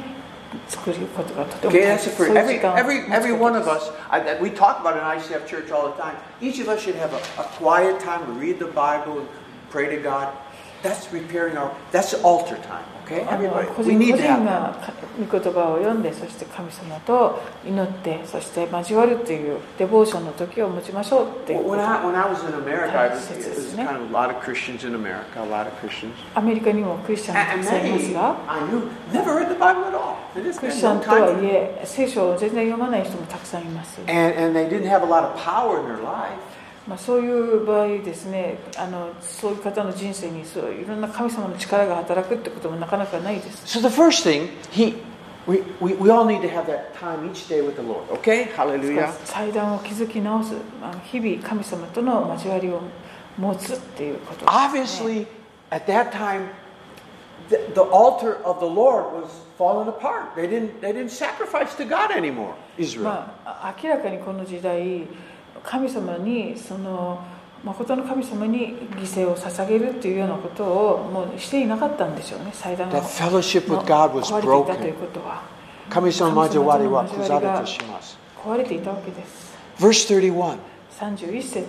Speaker 2: 作ることがとても
Speaker 1: Okay,
Speaker 2: 大切
Speaker 1: that's the
Speaker 2: そう
Speaker 1: first. Every,
Speaker 2: いう時間を持
Speaker 1: every,
Speaker 2: つこと
Speaker 1: every one of
Speaker 2: です
Speaker 1: us, I, that we talk about it in ICF Church all the time. Each of us should have a, a quiet time to read the Bible and pray to God. That's repairing our, that's altar time, okay?
Speaker 2: あの
Speaker 1: Everybody,
Speaker 2: 個
Speaker 1: we
Speaker 2: 人
Speaker 1: need to
Speaker 2: 個人
Speaker 1: have that.
Speaker 2: が御言葉を読んでそして神様と祈ってそして交わるというデボーションの時を持ちましょうっていう
Speaker 1: When I, when I was in America, I was,
Speaker 2: 大切ですね。
Speaker 1: there's kind of a lot of Christians in America, a lot of Christians.
Speaker 2: アメリカにもクリスチャンがた
Speaker 1: And, and
Speaker 2: くさんいます
Speaker 1: many
Speaker 2: が
Speaker 1: I knew never read the Bible at all. They just
Speaker 2: ク
Speaker 1: didn't
Speaker 2: リスチ
Speaker 1: have
Speaker 2: ャンと
Speaker 1: time
Speaker 2: はい
Speaker 1: to-
Speaker 2: え聖書を全然読まない人もたくさんいます
Speaker 1: And, and they didn't have a lot of power in their life.
Speaker 2: まあ、そういう場合ですねあのそういう方の人生にそういろんな神様の力が働くってこともなかなかないです
Speaker 1: So the first thing, he, we, we, we all need to have that time each day with the Lord, okay?
Speaker 2: ですから
Speaker 1: Hallelujah.
Speaker 2: 祭壇を築き直すあの日々神様との交わりを持つっていうことです
Speaker 1: Obviously,
Speaker 2: ね
Speaker 1: at that time, the, the altar of the Lord was falling apart. They didn't, they didn't sacrifice to God anymore, Israel.
Speaker 2: まあ、あ明らかにこの時代神様にその誠の神様に犠牲を捧げるっていうようなことをもうしていなかったんでしょうね祭壇を
Speaker 1: That fellowship with God was
Speaker 2: 壊れていたという
Speaker 1: broken.
Speaker 2: ことは
Speaker 1: 神様の交わりは崩れてしまう。
Speaker 2: 壊れていたわけです
Speaker 1: Verse 31.
Speaker 2: 31節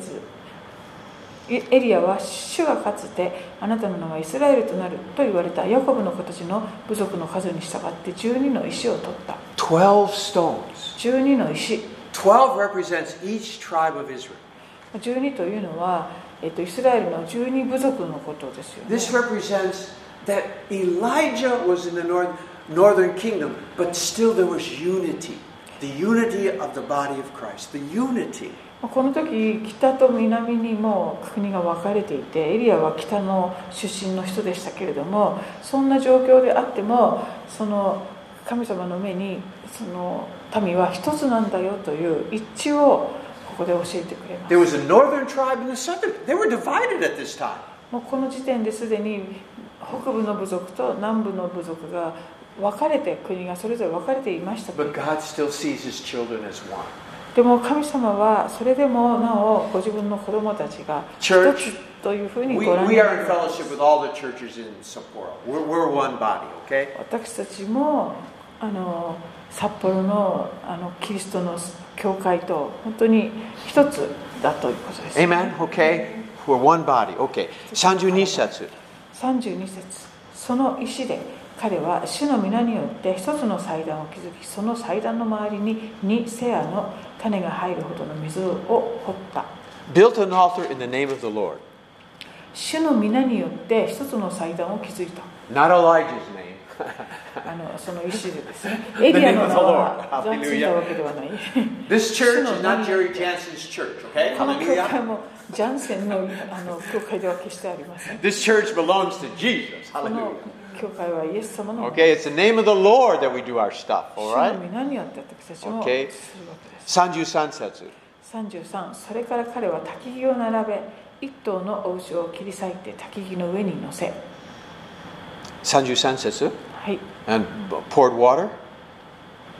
Speaker 2: いエリアは主がかつてあなたの名はイスラエルとなると言われたヤコブの子たちの部族の数に従って12の石を取った
Speaker 1: 12 stones.
Speaker 2: 12の石
Speaker 1: 12 represents each tribe of Israel.
Speaker 2: 12というのは、えっと、イスラエルの12部族のことですよね
Speaker 1: This represents that Elijah was in the north, northern kingdom, but still there was unity. The unity of the body of Christ. The unity.
Speaker 2: まあこの時北と南にもう国が分かれていてエリアは北の出身の人でしたけれどもそんな状況であってもその神様の目にその民は一つなんだよという一致をここで教えてくれます
Speaker 1: There was a northern tribe and a southern. They were divided at this time.
Speaker 2: もうこの時点ですでに北部の部族と南部の部族が分かれて国がそれぞれ分かれていましたけれ
Speaker 1: But
Speaker 2: ど
Speaker 1: God still sees his children as one.
Speaker 2: でも神様はそれでもなおご自分の子供たちが一
Speaker 1: Church
Speaker 2: つというふうに
Speaker 1: We,
Speaker 2: ご覧に
Speaker 1: we
Speaker 2: な
Speaker 1: are in
Speaker 2: る
Speaker 1: fellowship with all the churches in Sapporo. We're, we're one body, okay?
Speaker 2: 私たちもあの札幌のあのキリストの教会と本当に一つだということです、
Speaker 1: Amen? Okay? We're one body, okay. 32節。
Speaker 2: 32節その石で彼は主の皆によって一つの祭壇を築きその祭壇の周りに2セアの種が入るほどの水を掘った
Speaker 1: Built an altar in the name of the Lord.
Speaker 2: 主の皆によって一つの祭壇を築いた
Speaker 1: Not Elijah's name.
Speaker 2: あのその石でですねエリアの名はがついたわけではない
Speaker 1: This church is not Jerry Jansen's church, okay?
Speaker 2: この教
Speaker 1: Hallelujah.
Speaker 2: 会もジャンセンのあの教会では決してありません
Speaker 1: This church belongs to Jesus.
Speaker 2: この
Speaker 1: Hallelujah.
Speaker 2: 教会はイエス様の
Speaker 1: Okay, it's the name of the Lord that we do our stuff,
Speaker 2: 主
Speaker 1: all
Speaker 2: の
Speaker 1: right?
Speaker 2: 皆によって私たちも
Speaker 1: Okay.
Speaker 2: するわけです
Speaker 1: 33節。
Speaker 2: 33それから彼は焚き木を並べ一頭のお牛を切り裂いて焚き木の上に乗せ
Speaker 1: 33節。
Speaker 2: はい
Speaker 1: And poured water.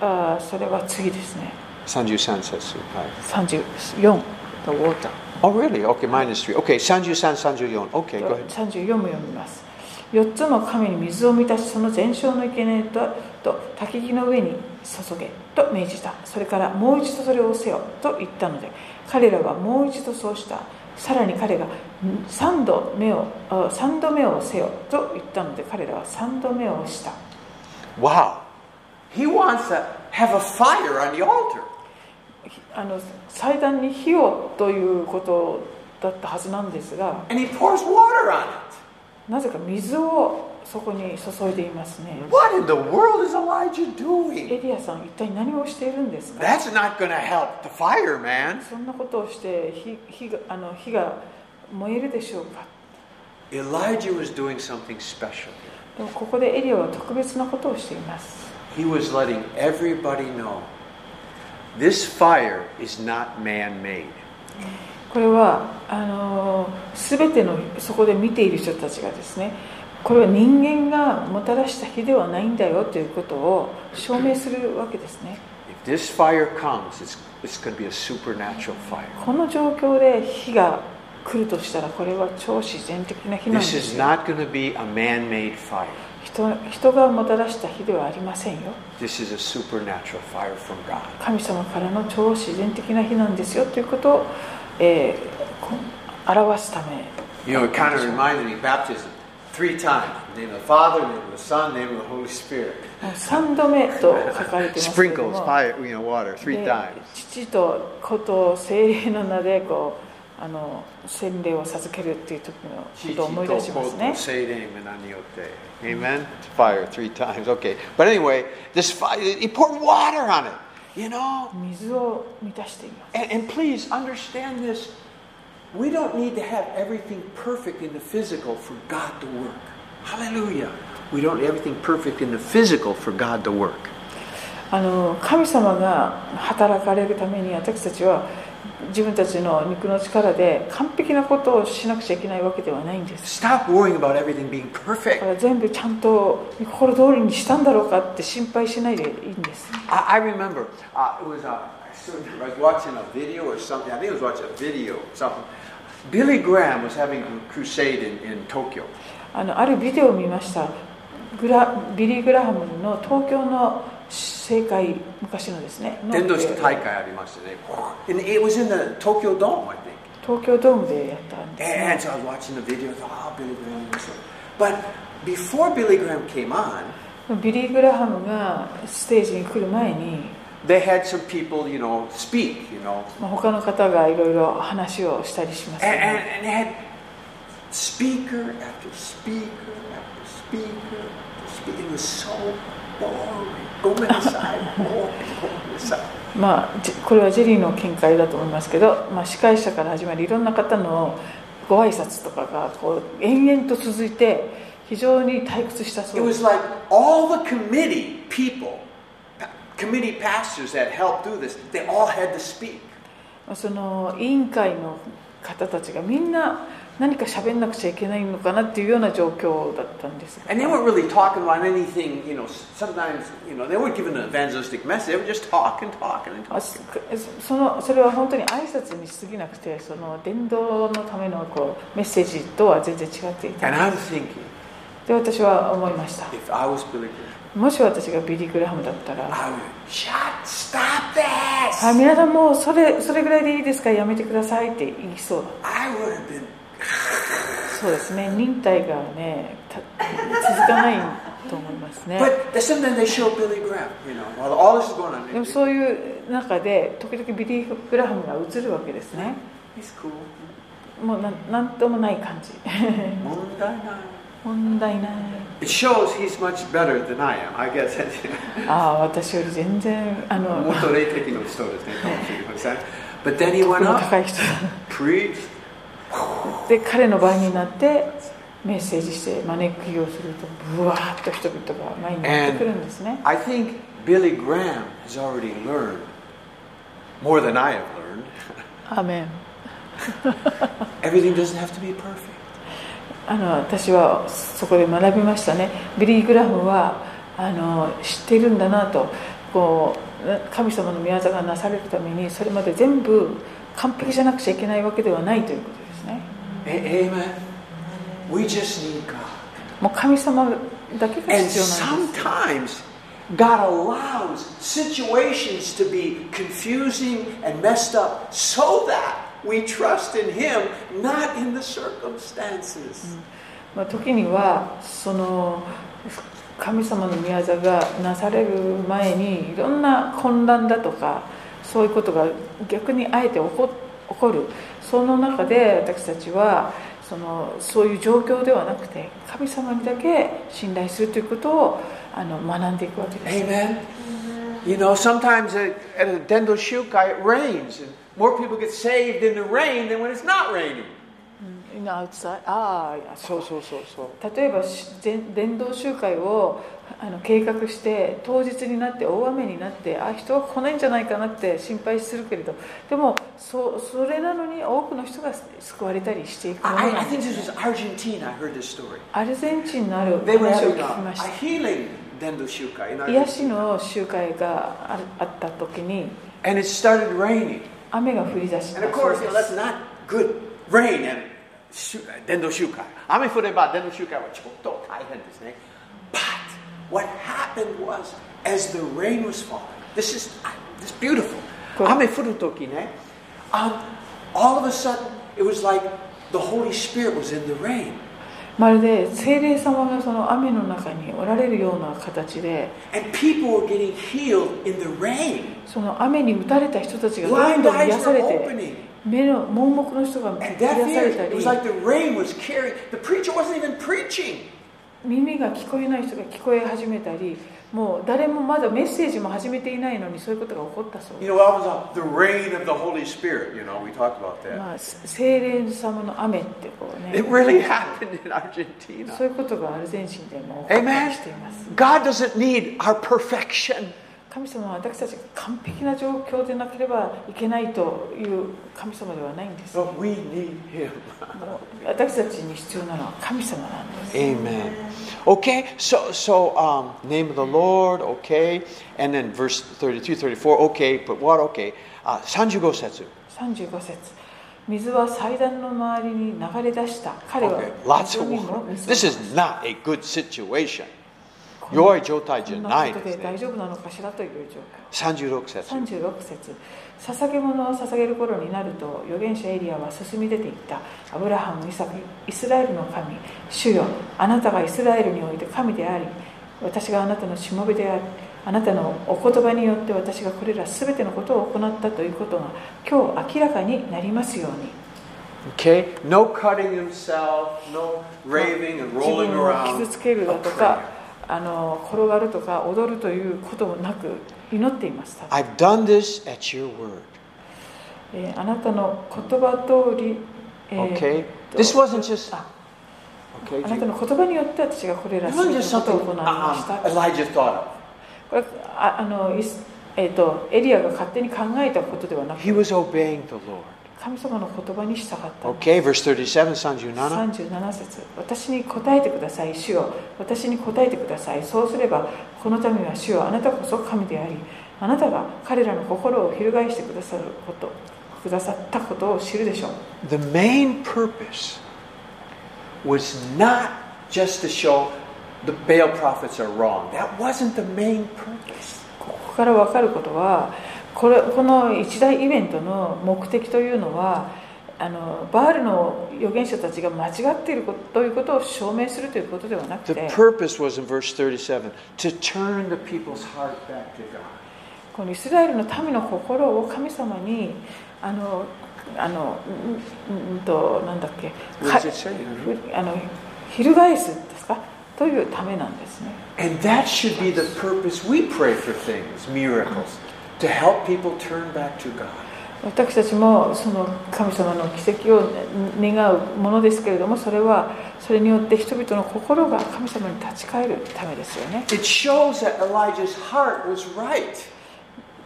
Speaker 2: あーそれは次ですね
Speaker 1: 33節。はい。
Speaker 2: 34のウォーター
Speaker 1: Oh, really? Okay, minus three. Okay, 33, 34. Okay, go ahead.
Speaker 2: 34も読みます4つの神に水を満たしその全焼の生贄とと焚き木の上に注げと命じたそれからもう一度それを押せよと言ったので彼らはもう一度そうしたさらに彼が3度目をあ三度目を押せよと言ったので彼らは3度目を押した
Speaker 1: Wow. He wants to have a fire on the altar.
Speaker 2: ひあの祭壇に火をということだったはずなんですが
Speaker 1: And he pours water on it.
Speaker 2: なぜか水をそこに注いでいますね
Speaker 1: What in the world is Elijah
Speaker 2: エ
Speaker 1: doing?
Speaker 2: リアさん一体何をしているんですか
Speaker 1: That's not going to help the fire, man.
Speaker 2: そんなことをして火火があの火が燃えるでしょうか
Speaker 1: Elijah was doing something special.
Speaker 2: でもここでエリアは特別なことをしています
Speaker 1: He was letting everybody know this fire is not man made.
Speaker 2: これはあの全てのそこで見ている人たちがですねこれは人間がもたらした火ではないんだよということを証明するわけですね
Speaker 1: If this fire comes, it's, it's going to be a supernatural fire.
Speaker 2: この状況で火が来るとしたらこれは超自然的な火なんで
Speaker 1: This is
Speaker 2: すよ
Speaker 1: not going to be a man made fire.
Speaker 2: 人人がもたらした火ではありませんよ
Speaker 1: This is a supernatural fire from God.
Speaker 2: 神様からの超自然的な火なんですよということを、えーこ表すため
Speaker 1: You know, it kind of reminded me of baptism three times. In the name of the Father, in the name of the Son, in the name of the Holy Spirit.
Speaker 2: 3度目と書かれていますけれど
Speaker 1: Sprinkles
Speaker 2: も
Speaker 1: fire, you know, water three
Speaker 2: で
Speaker 1: times.
Speaker 2: 父と子と精霊の名でこうあの洗礼を授けるっていう時のことを思い出しますね
Speaker 1: Amen. Fire three times. Okay. But anyway, this fire, he poured water on it. You know?
Speaker 2: 水を満たしています
Speaker 1: And, and please understand this. We don't need to have everything perfect in the physical for God to work. Hallelujah. We don't need everything perfect in the physical for God to work.
Speaker 2: あの神様が働かれるために私たちは自分たちの肉の力で完璧なことをしなくちゃいけないわけではないんです
Speaker 1: Stop worrying about everything being
Speaker 2: だ
Speaker 1: perfect.
Speaker 2: から全部ちゃんと心通りにしたんだろうかって心配しないでいいんです
Speaker 1: I, I remember uh, it was uh, I still remember, I was watching a video or something. I think I was watching a video or something. Billy Graham was having a crusade in, in Tokyo.
Speaker 2: あのあるビデオを見ましたグラビリー・グラハムの東京の政界昔のですねの
Speaker 1: 伝道式大会ありましたね。And it was in the Tokyo Dome, I think.
Speaker 2: 東京ドームでやったんです、ね
Speaker 1: And so I was watching the video. I thought, oh, Billy Graham. was so-" But before Billy Graham came on,
Speaker 2: ビリー・グラハムがステージに来る前に
Speaker 1: they had some people, you know, speak, you know,
Speaker 2: まあ他の方がいろいろ話をしたりしますよ
Speaker 1: And,
Speaker 2: ね
Speaker 1: and, and they had speaker after speaker after speaker after speaker. It was so boring. Go inside, boring, go inside.
Speaker 2: まあ、じこれはジェリーの見解だと思いますけど、まあ、司会者から始まりいろんな方のご挨拶とかがこう延々と続いて非常に退屈した
Speaker 1: It
Speaker 2: そうで
Speaker 1: was
Speaker 2: す
Speaker 1: like all the committee people, pa- committee pastors that helped do this, they all had to speak.
Speaker 2: その委員会の方たちがみんな何か喋んなくちゃいけないのかなっていうような状況だったんです
Speaker 1: And they weren't really talking about anything, you know, sometimes, you know, they weren't giving an evangelistic message. They were just talking, talking, and
Speaker 2: あ
Speaker 1: talking.
Speaker 2: すそのそれは本当に挨拶にしすぎなくてその伝道のためのこうメッセージとは全然違っていた
Speaker 1: And I'm thinking,
Speaker 2: で私は思いました
Speaker 1: if I was Billy Graham,
Speaker 2: もし私がビリー・グラハムだったら
Speaker 1: I would, shut, stop this!
Speaker 2: はい、皆さんもうそれそれぐらいでいいですからやめてくださいって言いそうだ
Speaker 1: I would have been,
Speaker 2: そうですね忍耐がねた続かないと思いますね
Speaker 1: but sometimes they show Billy Graham, you know, while all this is going on.
Speaker 2: で
Speaker 1: they-
Speaker 2: もそういう中で時々ビリー・グラハムが映るわけですね
Speaker 1: He's cool.
Speaker 2: もうなんなんともない感じ
Speaker 1: Won't die now.
Speaker 2: 問題ない
Speaker 1: It shows he's much better than I am, I guess.
Speaker 2: ああ私より全然あのもっ
Speaker 1: もっと霊的な人ですね、かもしれません。But then he
Speaker 2: と
Speaker 1: went up,
Speaker 2: 高い人
Speaker 1: preached,
Speaker 2: で彼の場になってメッセージして招きをするとブワーッと人々が前にやってくるんですね
Speaker 1: I think Billy Graham has already learned more than I have learned.
Speaker 2: アーメン
Speaker 1: Everything doesn't have to be perfect.
Speaker 2: あの私はそこで学びましたねビリー・グラムはあの知っているんだなとこうな神様の御業がなされるためにそれまで全部完璧じゃなくちゃいけないわけではないということですね
Speaker 1: A- amen. We just need God.
Speaker 2: もう神様だけ
Speaker 1: And
Speaker 2: が必要なんです
Speaker 1: sometimes God allows situations to be confusing and messed up so that we trust in Him, not in the circumstances.
Speaker 2: まあ、時にはその神様の御業がなされる前にいろんな混乱だとかそういうことが逆にあえて起こ起こるその中で私たちはそのそういう状況ではなくて神様にだけ信頼するということをあの学んでいくわけです。
Speaker 1: Amen. You know, sometimes at, at a dental shukai, it rains, and more people get saved in the rain than when it's not raining.
Speaker 2: うんああああそうそうそう
Speaker 3: そう
Speaker 2: 例えばし全伝道集会をあの計画して当日になって大雨になってあ人は来ないんじゃないかなって心配するけれどでもそそれなのに多くの人が救われたりしていくもの
Speaker 1: I, I
Speaker 2: なん
Speaker 1: think
Speaker 2: です
Speaker 1: this was Argentina. I heard this story.
Speaker 2: アルゼンチンのある
Speaker 1: They were
Speaker 2: 話を
Speaker 1: having
Speaker 2: 聞きま
Speaker 1: a,
Speaker 2: し
Speaker 1: a
Speaker 2: た
Speaker 1: healing dental shukai in
Speaker 2: 癒し
Speaker 1: Argentina,
Speaker 2: の集会があるあった時に
Speaker 1: and it started raining.
Speaker 2: 雨が降り出した
Speaker 1: And of
Speaker 2: そう
Speaker 1: course, you
Speaker 2: で
Speaker 1: know,
Speaker 2: す
Speaker 1: that's not good rain and shu- uh, dendo shukai. Ame fureba dendo shukai wa choto taihen desu ne. But what happened was, as the rain was falling, this is I- this is beautiful.
Speaker 2: Good.
Speaker 1: Ame furu toki ne, um, all of a sudden, it was like the Holy Spirit was in the rain.
Speaker 2: まるで精霊様がその雨の中におられるような形で
Speaker 1: And people were getting healed in the rain.
Speaker 2: その雨に打たれた人たちがどん
Speaker 1: Blind
Speaker 2: どん
Speaker 1: eyes
Speaker 2: 癒され
Speaker 1: were
Speaker 2: て
Speaker 1: opening.
Speaker 2: 目の盲目の人が
Speaker 1: And
Speaker 2: 癒
Speaker 1: deaf
Speaker 2: さ
Speaker 1: ears.
Speaker 2: れた
Speaker 1: It
Speaker 2: り
Speaker 1: was like the rain was carrying. The preacher wasn't even preaching.
Speaker 2: 耳が聞こえない人が聞こえ始めたりもう誰もまだメッセージも始めていないのにそういうことが起こったそう
Speaker 1: You know, I was on the reign of the Holy Spirit. You know, we talked about that.
Speaker 2: まあ、精霊様の雨ってこうね
Speaker 1: It really happened in Argentina.
Speaker 2: そういうことがアルゼンチンでも起こったりしています
Speaker 1: God doesn't need our perfection.
Speaker 2: 神様は私たちが完璧な状況でなければいけないという神様ではないんです
Speaker 1: But we need Him.
Speaker 2: 私たちに必要なのは神様なんです
Speaker 3: Amen. Okay, so so um, name of the Lord, okay, and then verse 32, 34, okay, but what, okay, uh, 35節,
Speaker 2: 35節水は祭壇の周りに流れ出した彼は
Speaker 3: okay, lots
Speaker 2: 水
Speaker 3: of
Speaker 2: にも
Speaker 3: water.
Speaker 2: 水を
Speaker 3: This is not a good situation.
Speaker 2: こんな
Speaker 3: 弱い
Speaker 2: こんなことで
Speaker 3: 状態
Speaker 2: 大
Speaker 3: じゃないですね。
Speaker 2: 丈夫なのかしらという状況
Speaker 3: 36節。
Speaker 2: 36節捧げ物を捧げる頃になると預言者エリアは進み出ていったアブラハムイサクイスラエルの神主よあなたがイスラエルにおいて神であり私があなたのしもべでありあなたのお言葉によって私がこれら全てのことを行ったということが今日明らかになりますように
Speaker 1: Okay? No cutting himself, no raving and
Speaker 2: 自
Speaker 1: rolling
Speaker 2: 分を傷
Speaker 1: around.
Speaker 2: つけるだとかあの転がるとか踊るということもなく祈っていました、
Speaker 3: I've done this at your word.
Speaker 2: えーあなたの言葉通り、えー
Speaker 3: Okay? This wasn't just
Speaker 2: あ
Speaker 3: okay.
Speaker 2: あなたの言葉によって私がこれ
Speaker 1: It
Speaker 2: らすべ
Speaker 1: wasn't
Speaker 2: て
Speaker 1: just
Speaker 2: のこ
Speaker 1: something
Speaker 2: とを行いました
Speaker 1: um, Elijah thought of.
Speaker 2: これああのイスえー、とエリアが勝手に考えたことではなく
Speaker 3: He was obeying the Lord.
Speaker 2: 神神様の言葉に従ったの
Speaker 4: Okay, verse 37, Sanjunana.
Speaker 2: 37節私に答えてください主よ私に答えてくださいそうすればこの民は主よあなたこそ神でありあなたが彼らの心を翻してくださることくださったことを知るでしょう
Speaker 4: The main purpose
Speaker 1: was not just to show the Baal prophets are wrong. That wasn't the main purpose.
Speaker 2: ここから分かることはこれこの一大イベントの目的というのはあのバールの預言者たちが間違っていることということを証明するということではなく
Speaker 4: The
Speaker 2: て
Speaker 4: purpose was in verse 37 to turn the
Speaker 1: People's heart back to God.
Speaker 2: このイスラエルの民の心を神様にあのあのうんうんうんとなんだっけ
Speaker 4: What
Speaker 2: か
Speaker 4: does it say? Henry?
Speaker 2: あの翻すですかというためなんですね
Speaker 1: And that should be the purpose we pray for things, miracles, to help people turn back to God.
Speaker 2: 私たちもその神様の奇跡を願うものですけれどもそれはそれによって人々の心が神様に立ち返るためですよね
Speaker 1: It shows that Elijah's heart was right.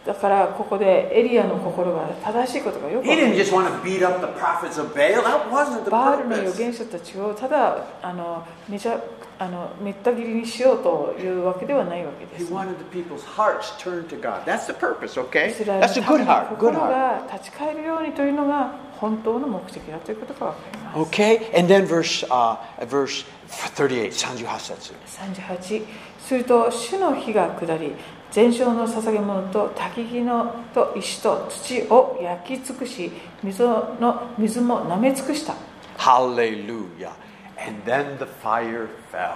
Speaker 2: だからここでエリアの心が正しいことがよく
Speaker 1: He
Speaker 2: わか
Speaker 1: didn't
Speaker 2: る
Speaker 1: just want to beat up the prophets of Baal. That wasn't the
Speaker 2: バールの預
Speaker 1: purpose.
Speaker 2: 言者たちをただあのめちゃあのめった切りにしようというわけではないわけで
Speaker 1: He
Speaker 2: す。
Speaker 1: wanted the people's hearts turned to God. That's the purpose,
Speaker 2: イ
Speaker 1: okay?
Speaker 2: スラエル
Speaker 1: That's a
Speaker 2: の
Speaker 1: good
Speaker 2: 民の
Speaker 1: heart. Good
Speaker 2: 心
Speaker 1: heart.
Speaker 2: が立ち返るようにというのが本当の目的だということがわかります。
Speaker 4: Okay, and then verse uh, verse 38, Sanjuhasetsu.
Speaker 2: 38すると主の火が下り全焼の捧げ物と焚き木のと石と土を焼き尽くし水の水も舐め尽くした
Speaker 4: Hallelujah. And then the fire fell.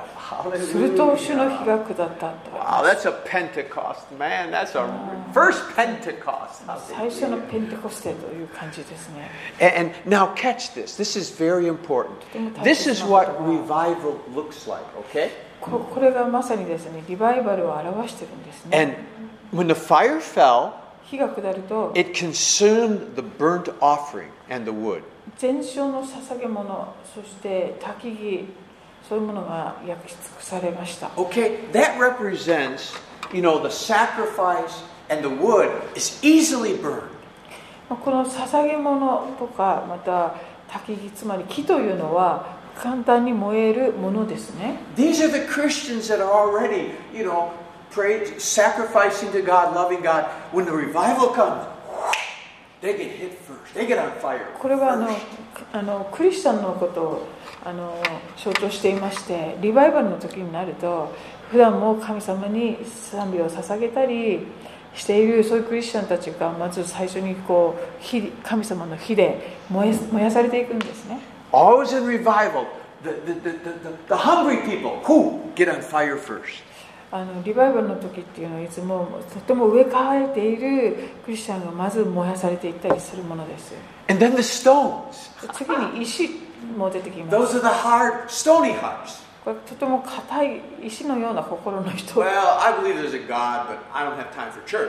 Speaker 2: すると主の
Speaker 4: Hallelujah.
Speaker 2: 火が下ったと
Speaker 1: Wow, that's a Pentecost, man. That's a first Pentecost.
Speaker 2: 最初の
Speaker 1: Hallelujah.
Speaker 2: ペンテコステという感じですね
Speaker 4: And, and now catch this. This is very important. This is what revival looks like, okay?
Speaker 2: ここれがまさにですねリバイバルを表してるんです
Speaker 4: And
Speaker 2: ね
Speaker 4: when the fire fell,
Speaker 2: 火が下ると
Speaker 4: it consumed the burnt offering and the wood.
Speaker 2: 全焼の捧げ物そして焚き木そういうものが焼き尽くされました
Speaker 1: Okay, that represents, you know, the sacrifice and the wood is easily burned.
Speaker 2: まあこの捧げ物とかまた焚き木つまり木というのは簡単に燃えるものですね
Speaker 1: These are the Christians that are already, you know, praying, sacrificing to God, loving God. When the revival comes, they get hit first. They get on fire.
Speaker 2: これはあの
Speaker 1: first.
Speaker 2: あのクリスチャンのことをあの象徴していましてリバイバルの時になると普段も神様に賛美を捧げたりしているそういうクリスチャンたちがまず最初にこう火神様の火で燃え燃やされていくんですね
Speaker 1: Always in revival, the, the, the, the, the, the hungry people who get on fire first.
Speaker 2: あのリバイバルの時っていうのはいつもとても植え替えているクリスチャンがまず燃やされていったりするものです
Speaker 1: And then the stones.
Speaker 2: 次に石も出てきます
Speaker 1: Those are the hard, stony hearts.
Speaker 2: これとても硬い石のような心の人
Speaker 1: Well, I believe there's a God, but I don't have time for church.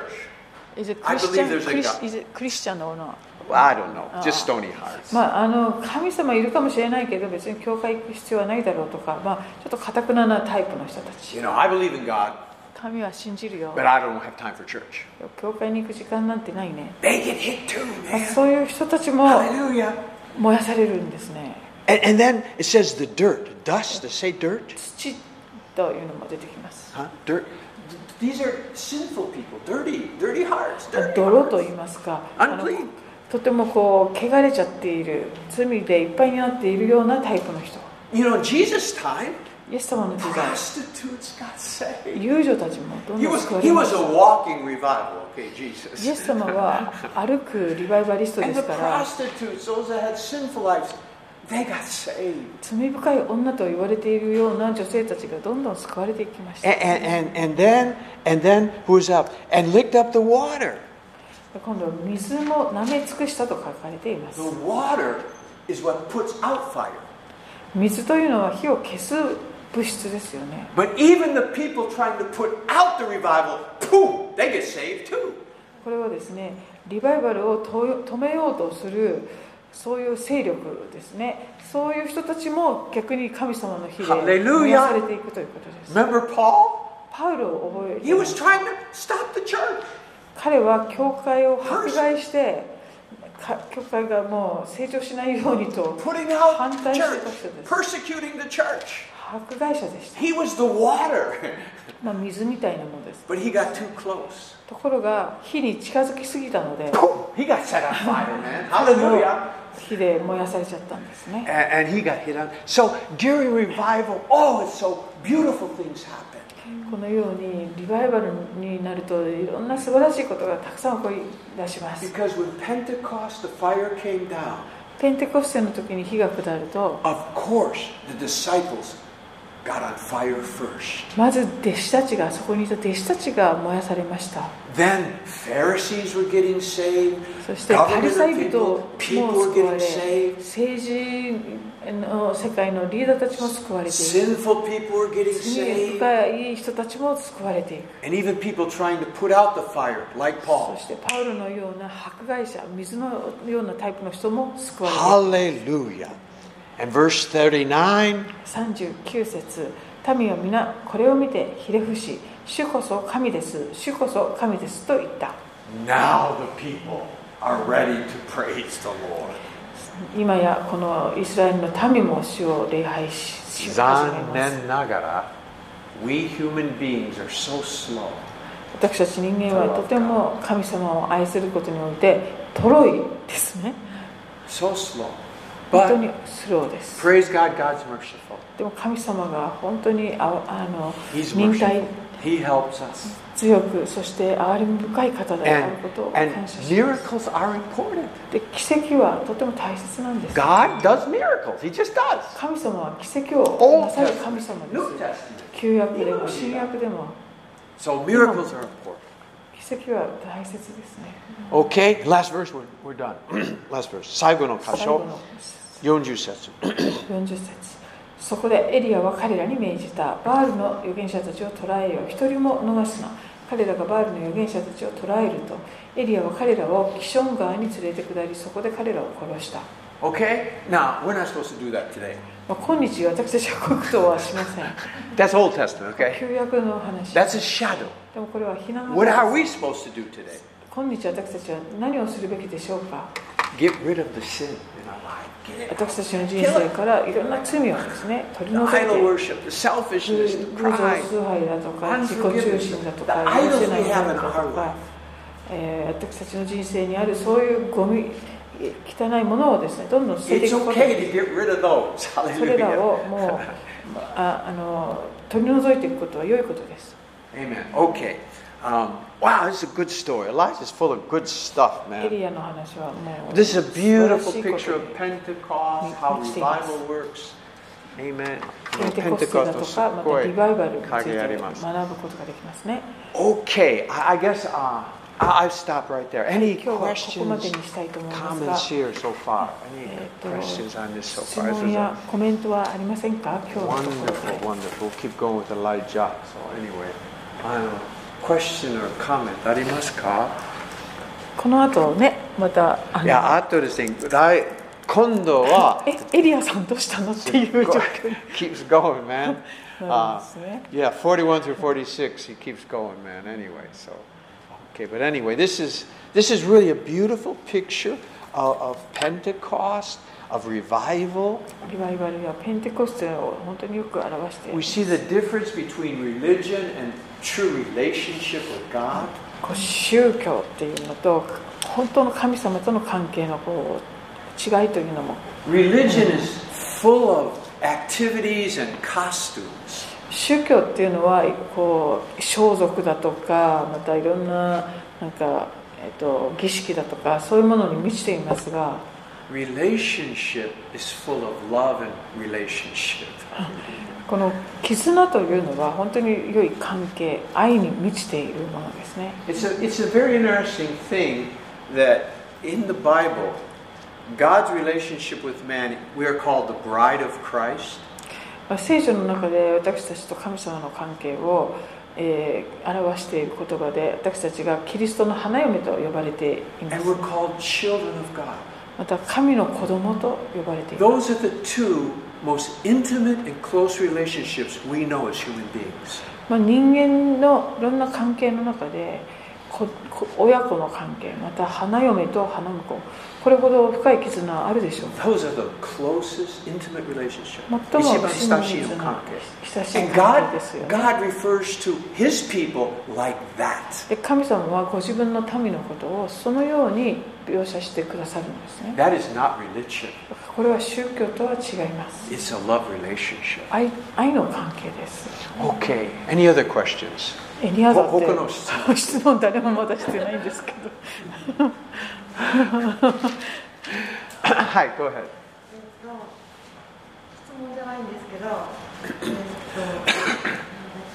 Speaker 2: Is it
Speaker 1: I believe
Speaker 2: Christian?
Speaker 1: there's a
Speaker 2: Chris-
Speaker 1: God.
Speaker 2: is it Christian or not?
Speaker 1: Well, I don't know.
Speaker 2: Uh-uh.
Speaker 1: Just stony hearts.
Speaker 2: まあ、あの神様いるかもしれないけど別に教会行く必要はないだろうとか、まあ、ちょっとかたくななタイプの人た
Speaker 1: You
Speaker 2: ち
Speaker 1: know, I believe in God,
Speaker 2: 神は信じるよ
Speaker 1: but I don't have time for church.
Speaker 2: 教会に行く時間なんてないね、
Speaker 1: They get hit too,
Speaker 2: まあ
Speaker 1: man.
Speaker 2: そういう人たちも
Speaker 1: Hallelujah.
Speaker 2: 燃やされるんですね
Speaker 4: Oh. And, and then it says the dirt, dust. Does it say dirt?
Speaker 2: 土というのも出てきます
Speaker 4: Huh? Dirt.
Speaker 1: These are sinful people, dirty, dirty hearts. Dirty
Speaker 2: 泥と
Speaker 1: hearts.
Speaker 2: 言いますか
Speaker 1: Unclean.
Speaker 2: あのとてもこう汚れちゃっている罪でいっぱいになっているようなタイプの人
Speaker 1: You know, in Jesus' time,
Speaker 2: イエス様の時 代
Speaker 1: prostitutes got saved.
Speaker 2: 遊女たちもどん
Speaker 1: He
Speaker 2: どん
Speaker 1: was,
Speaker 2: 救わ
Speaker 1: he
Speaker 2: れま
Speaker 1: was
Speaker 2: し
Speaker 1: a
Speaker 2: た
Speaker 1: walking revival, okay, Jesus.
Speaker 2: イエス様は歩くリバイバリストで
Speaker 1: And
Speaker 2: す
Speaker 1: the
Speaker 2: から
Speaker 1: prostitutes, those that had sinful lives, they got saved.
Speaker 2: 罪深い女と言われているような女性たちがどんどん救われていきました
Speaker 4: And, and, and, and then, and then, who's up? And licked up the water.
Speaker 2: 今度は水も舐め尽くしたと書かれています
Speaker 1: The water is what puts out fire.
Speaker 2: 水というのは火を消す物質ですよね
Speaker 1: But even the people trying to put out the revival, poof, they get saved too.
Speaker 2: これはですねリバイバルを止止めようとするそういう勢力ですねそういう人たちも逆に神様の火で
Speaker 1: Hallelujah.
Speaker 2: 燃やされていくということです
Speaker 1: Remember Paul?
Speaker 2: パウロを覚え
Speaker 1: He
Speaker 2: て
Speaker 1: was trying to stop the church.
Speaker 2: 彼は教会を迫害してか教会がもう成長しないようにと
Speaker 1: putting out the
Speaker 2: 反対してた人です。
Speaker 1: church, persecuting the church.
Speaker 2: 迫害者でした、
Speaker 1: He was the water,
Speaker 2: まあ、水みたいなものです
Speaker 1: but he got too close.
Speaker 2: ところが火に近づきすぎたので
Speaker 1: He got set on fire, man. Hallelujah.
Speaker 2: 火で燃やされちゃったんですね
Speaker 1: And, and he got hit on. So during revival, oh, it's so beautiful things happen.
Speaker 2: このようにリバイバルになるといろんな素晴らしいことがたくさん起こり出します
Speaker 1: Because when Pentecost, the fire came down,
Speaker 2: ペンテコステの時に火が下ると
Speaker 1: of course, the disciples got on fire first.
Speaker 2: まず弟子たちがそこにいた弟子たちが燃やされました
Speaker 1: Then Pharisees were getting saved,
Speaker 2: そしてパリ
Speaker 1: government
Speaker 2: サイ人
Speaker 1: people,
Speaker 2: も
Speaker 1: people
Speaker 2: 救
Speaker 1: were
Speaker 2: われ
Speaker 1: getting saved,
Speaker 2: 政治の世界のリーダーたちも救われている
Speaker 1: sinful people were getting
Speaker 2: 罪
Speaker 1: saved,
Speaker 2: 深い人たちも救われている
Speaker 1: and even people trying to put out the fire, like
Speaker 2: そ
Speaker 1: Paul.
Speaker 2: してパウロのような迫害者水のようなタイプの人も救われている
Speaker 1: Hallelujah. And verse 39.
Speaker 2: 39節民は皆これを見てひれ伏し主こそ神です主こそ神ですと言った
Speaker 1: Now the people are ready to praise the Lord.
Speaker 2: 今やこのイスラエルの民も主を礼拝しし始めます
Speaker 1: we human beings are so slow.
Speaker 2: 私たち人間はとても神様を愛することにおいてとろいですね
Speaker 1: So slow.
Speaker 2: 本当
Speaker 1: But
Speaker 2: にスローです
Speaker 1: praise God, God's merciful.
Speaker 2: でも神様が本当にああの
Speaker 1: He's
Speaker 2: 忍耐
Speaker 1: merciful. He helps us.
Speaker 2: 強くそして憐れみ深い方である
Speaker 1: And,
Speaker 2: ことを感謝
Speaker 1: and
Speaker 2: します
Speaker 1: miracles are important.
Speaker 2: で奇跡はとても大切なんです
Speaker 1: God does miracles. He just does.
Speaker 2: 神様は奇跡をなさる神様で
Speaker 1: New
Speaker 2: す
Speaker 1: Testament.
Speaker 2: 旧約でも新約でも
Speaker 1: So miracles are important.
Speaker 2: 奇跡は大切ですね
Speaker 1: Okay, last verse, we're, we're done. last verse.
Speaker 2: 最後の
Speaker 1: 最後の箇所、40節。
Speaker 2: 40節そこでエリアは彼らに命じたバールの預言者たちを捕らえよ一人も逃すな彼らがバールの預言者たちを捕らえるとエリアは彼らをキション川に連れて下りそこで彼らを殺した
Speaker 1: Okay? Now, we're not supposed to do that today.
Speaker 2: まあ、今日私たちは国とはしません
Speaker 1: That's Old Testament, okay?
Speaker 2: 旧約の話
Speaker 1: That's a shadow.
Speaker 2: でもこれは避難
Speaker 1: What are we supposed to do today?
Speaker 2: 今日私たちは何をするべきでしょうか
Speaker 1: Get rid of the sin in our life. Get it.
Speaker 2: 私たちの人生からいろんな罪をですね取り
Speaker 1: The
Speaker 2: 除いて
Speaker 1: idol worship, the
Speaker 2: 偶
Speaker 1: selfishness, the
Speaker 2: 偶像
Speaker 1: pride.
Speaker 2: 崇拝だとか
Speaker 1: Unforgiveness.
Speaker 2: 自己中心だとか
Speaker 1: The idols we
Speaker 2: 許せないものだと
Speaker 1: have in our life.
Speaker 2: か、えー私たちの人生にあるそういうゴミえ汚いものをですねどんどん捨ててい
Speaker 1: It's
Speaker 2: くことで
Speaker 1: okay to get rid of those.
Speaker 2: それら
Speaker 1: Hallelujah.
Speaker 2: をもう ああの取り除いていくことは良いことです
Speaker 1: Amen. Okay. Um, wow, this is a good story. Elijah's full of good stuff,
Speaker 2: エ
Speaker 1: man.
Speaker 2: リアの話はもう
Speaker 1: This is a
Speaker 2: 素
Speaker 1: beautiful
Speaker 2: 晴らしい
Speaker 1: picture
Speaker 2: こ
Speaker 1: of
Speaker 2: と
Speaker 1: Pentecost, how
Speaker 2: Mixed
Speaker 1: revival works. Amen.
Speaker 2: ペンテコステだとかまたリバイバルについて
Speaker 1: 影あります。
Speaker 2: 学ぶことができますね
Speaker 1: Okay, I I guess uh, I- I'll stop right there.
Speaker 2: はい
Speaker 1: Any
Speaker 2: 今日はここまで
Speaker 1: questions,
Speaker 2: にしたいと思いますが
Speaker 1: comments here so far? Any
Speaker 2: えっと
Speaker 1: questions on this so
Speaker 2: 質
Speaker 1: far? This
Speaker 2: 問
Speaker 1: is
Speaker 2: や
Speaker 1: a
Speaker 2: コメントはありませんか今日のところ
Speaker 1: wonderful,
Speaker 2: で
Speaker 1: wonderful. We'll keep going with Elijah. So anyway, um, question or comment ありますか
Speaker 2: この後ねまたあの
Speaker 1: いや、あとですね、来今度は
Speaker 2: えエリアさんどうしたのって いう状況に
Speaker 1: keeps going, man. Uh,
Speaker 2: なるんですね。
Speaker 1: Yeah, 41 through 46, he keeps going, man, anyway. So, okay, but anyway, this is, this is really a beautiful picture of, of Pentecost, of revival.
Speaker 2: リバイバルやペンテコステを本当によく表して
Speaker 1: We see the difference between religion and true relationship with God.
Speaker 2: こう宗教っていうのと本当の神様との関係のこう違いというのも
Speaker 1: Religion is full of activities and costumes.
Speaker 2: 宗教っていうのはこう装束だとかまたいろんななんか、えっと儀式だとかそういうものに満ちていますが
Speaker 1: Relationship is full of love and relationship.
Speaker 2: この絆というのは本当に良い関係愛に満ちているものですね
Speaker 1: It's a, it's a very interesting thing that in the Bible, God's relationship with man, we are called the bride of Christ.
Speaker 2: まあ聖書の中で私たちと神様の関係を、えー表している言葉で私たちがキリストの花嫁と呼ばれていま
Speaker 1: And
Speaker 2: す
Speaker 1: we're called children of God.
Speaker 2: また神の子供と呼ばれています
Speaker 1: Those are the two most intimate and close relationships we know as human beings.
Speaker 2: まあ、人間のいろんな関係の中でここ親子の関係また花嫁と花婿これほど深い絆あるでしょう
Speaker 1: Those are the closest intimate relationships.
Speaker 2: 最も
Speaker 1: 一番親しいの関係
Speaker 2: 親しい
Speaker 1: And
Speaker 2: 関係
Speaker 1: God,
Speaker 2: ですよね
Speaker 1: God refers to his people like that.
Speaker 2: で神様はご自分の民のことをそのように描写してくださるんですね
Speaker 1: That is not religion.
Speaker 2: これは宗教とは違います
Speaker 1: It's a love relationship.
Speaker 2: 愛愛の関係です
Speaker 5: Okay. Any other questions?
Speaker 2: えニアザって
Speaker 1: 他の質
Speaker 2: 質問誰もまだしてないんですけど
Speaker 5: Hi, go ahead.
Speaker 6: えっと質問じゃないんですけど、えっと、なんだっ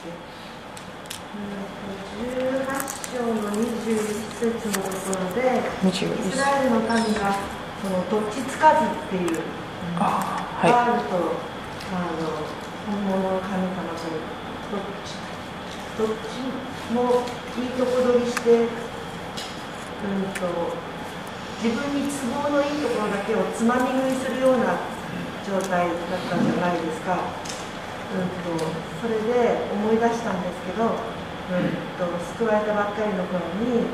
Speaker 6: けうんと18章の21節のところで、イ
Speaker 2: 21
Speaker 6: スラエルの民がそのどっちつかずっていう、
Speaker 2: あーはい
Speaker 6: バールとあの本物の神様とどっちどっちもいいとこ取りして、うんと自分に都合のいいところだけをつまみ食いするような状態だったんじゃないですか、うん、とそれで思い出したんですけど、うん、と救われたばっかりの頃に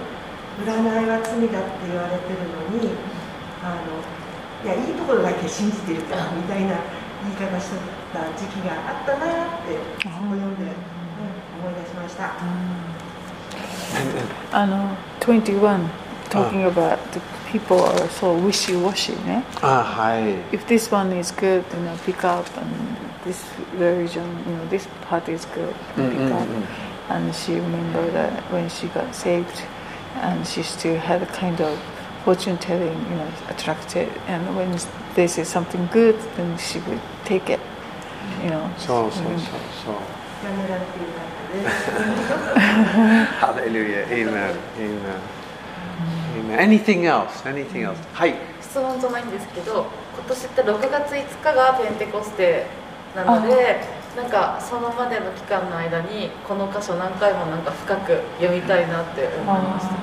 Speaker 6: 占いは罪だって言われてるのにあのいやいいところだけ信じてるからみたいな言い方してた時期があったなってそこ読んで、うん思い出しました。
Speaker 2: あの21 talking about the people are so wishy-washy ね
Speaker 5: Ah, hi.
Speaker 2: if this one is good, you know, pick up, and this version, you know, this part is good, pick
Speaker 5: Mm-hmm,
Speaker 2: up. And she remembered that when she got saved, and she still had a kind of fortune telling, you know, attracted. And when they say something good, then she would take it, you know.
Speaker 5: So, so,
Speaker 2: Mm.
Speaker 5: so, so.
Speaker 6: やめられてよかったです
Speaker 5: Hallelujah. Amen. Amen. Amen. Anything else? Anything else? Hi.
Speaker 7: 質問じゃないんですけど今年って6月5日がペンテコステなのでなんかそのまでの期間の間にこの箇所何回もなんか深く読みたいなって思いました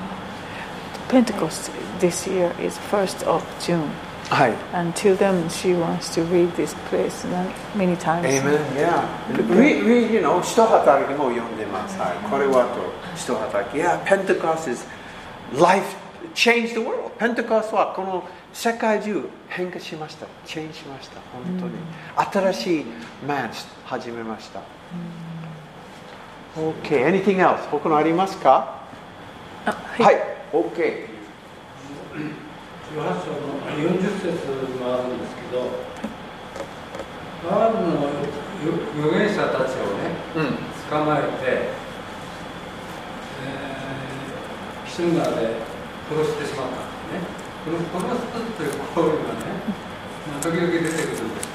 Speaker 2: Pentecost this year is 1st of June.
Speaker 5: Hi.
Speaker 2: Until then, she wants to read this place man- many times.
Speaker 5: Amen.
Speaker 1: Yeah. We, we, you know, 人働きも読んでます。はい。これはと、人働き。Yeah, Pentecost is life, changed the world. Pentecost はこの世界中変化しました。change しました。本当に。新しい man 始めました。Okay. Anything else? 他のありますか
Speaker 2: あはい
Speaker 5: はい。Okay.
Speaker 8: ヨハネ書の40節もあるんですけど、バールの預預言者たちをね、
Speaker 5: うん。
Speaker 8: 捕まえて、えーシンナーで殺してしまったんですね。この殺すという行為がね、 まあ時々出てくるんです。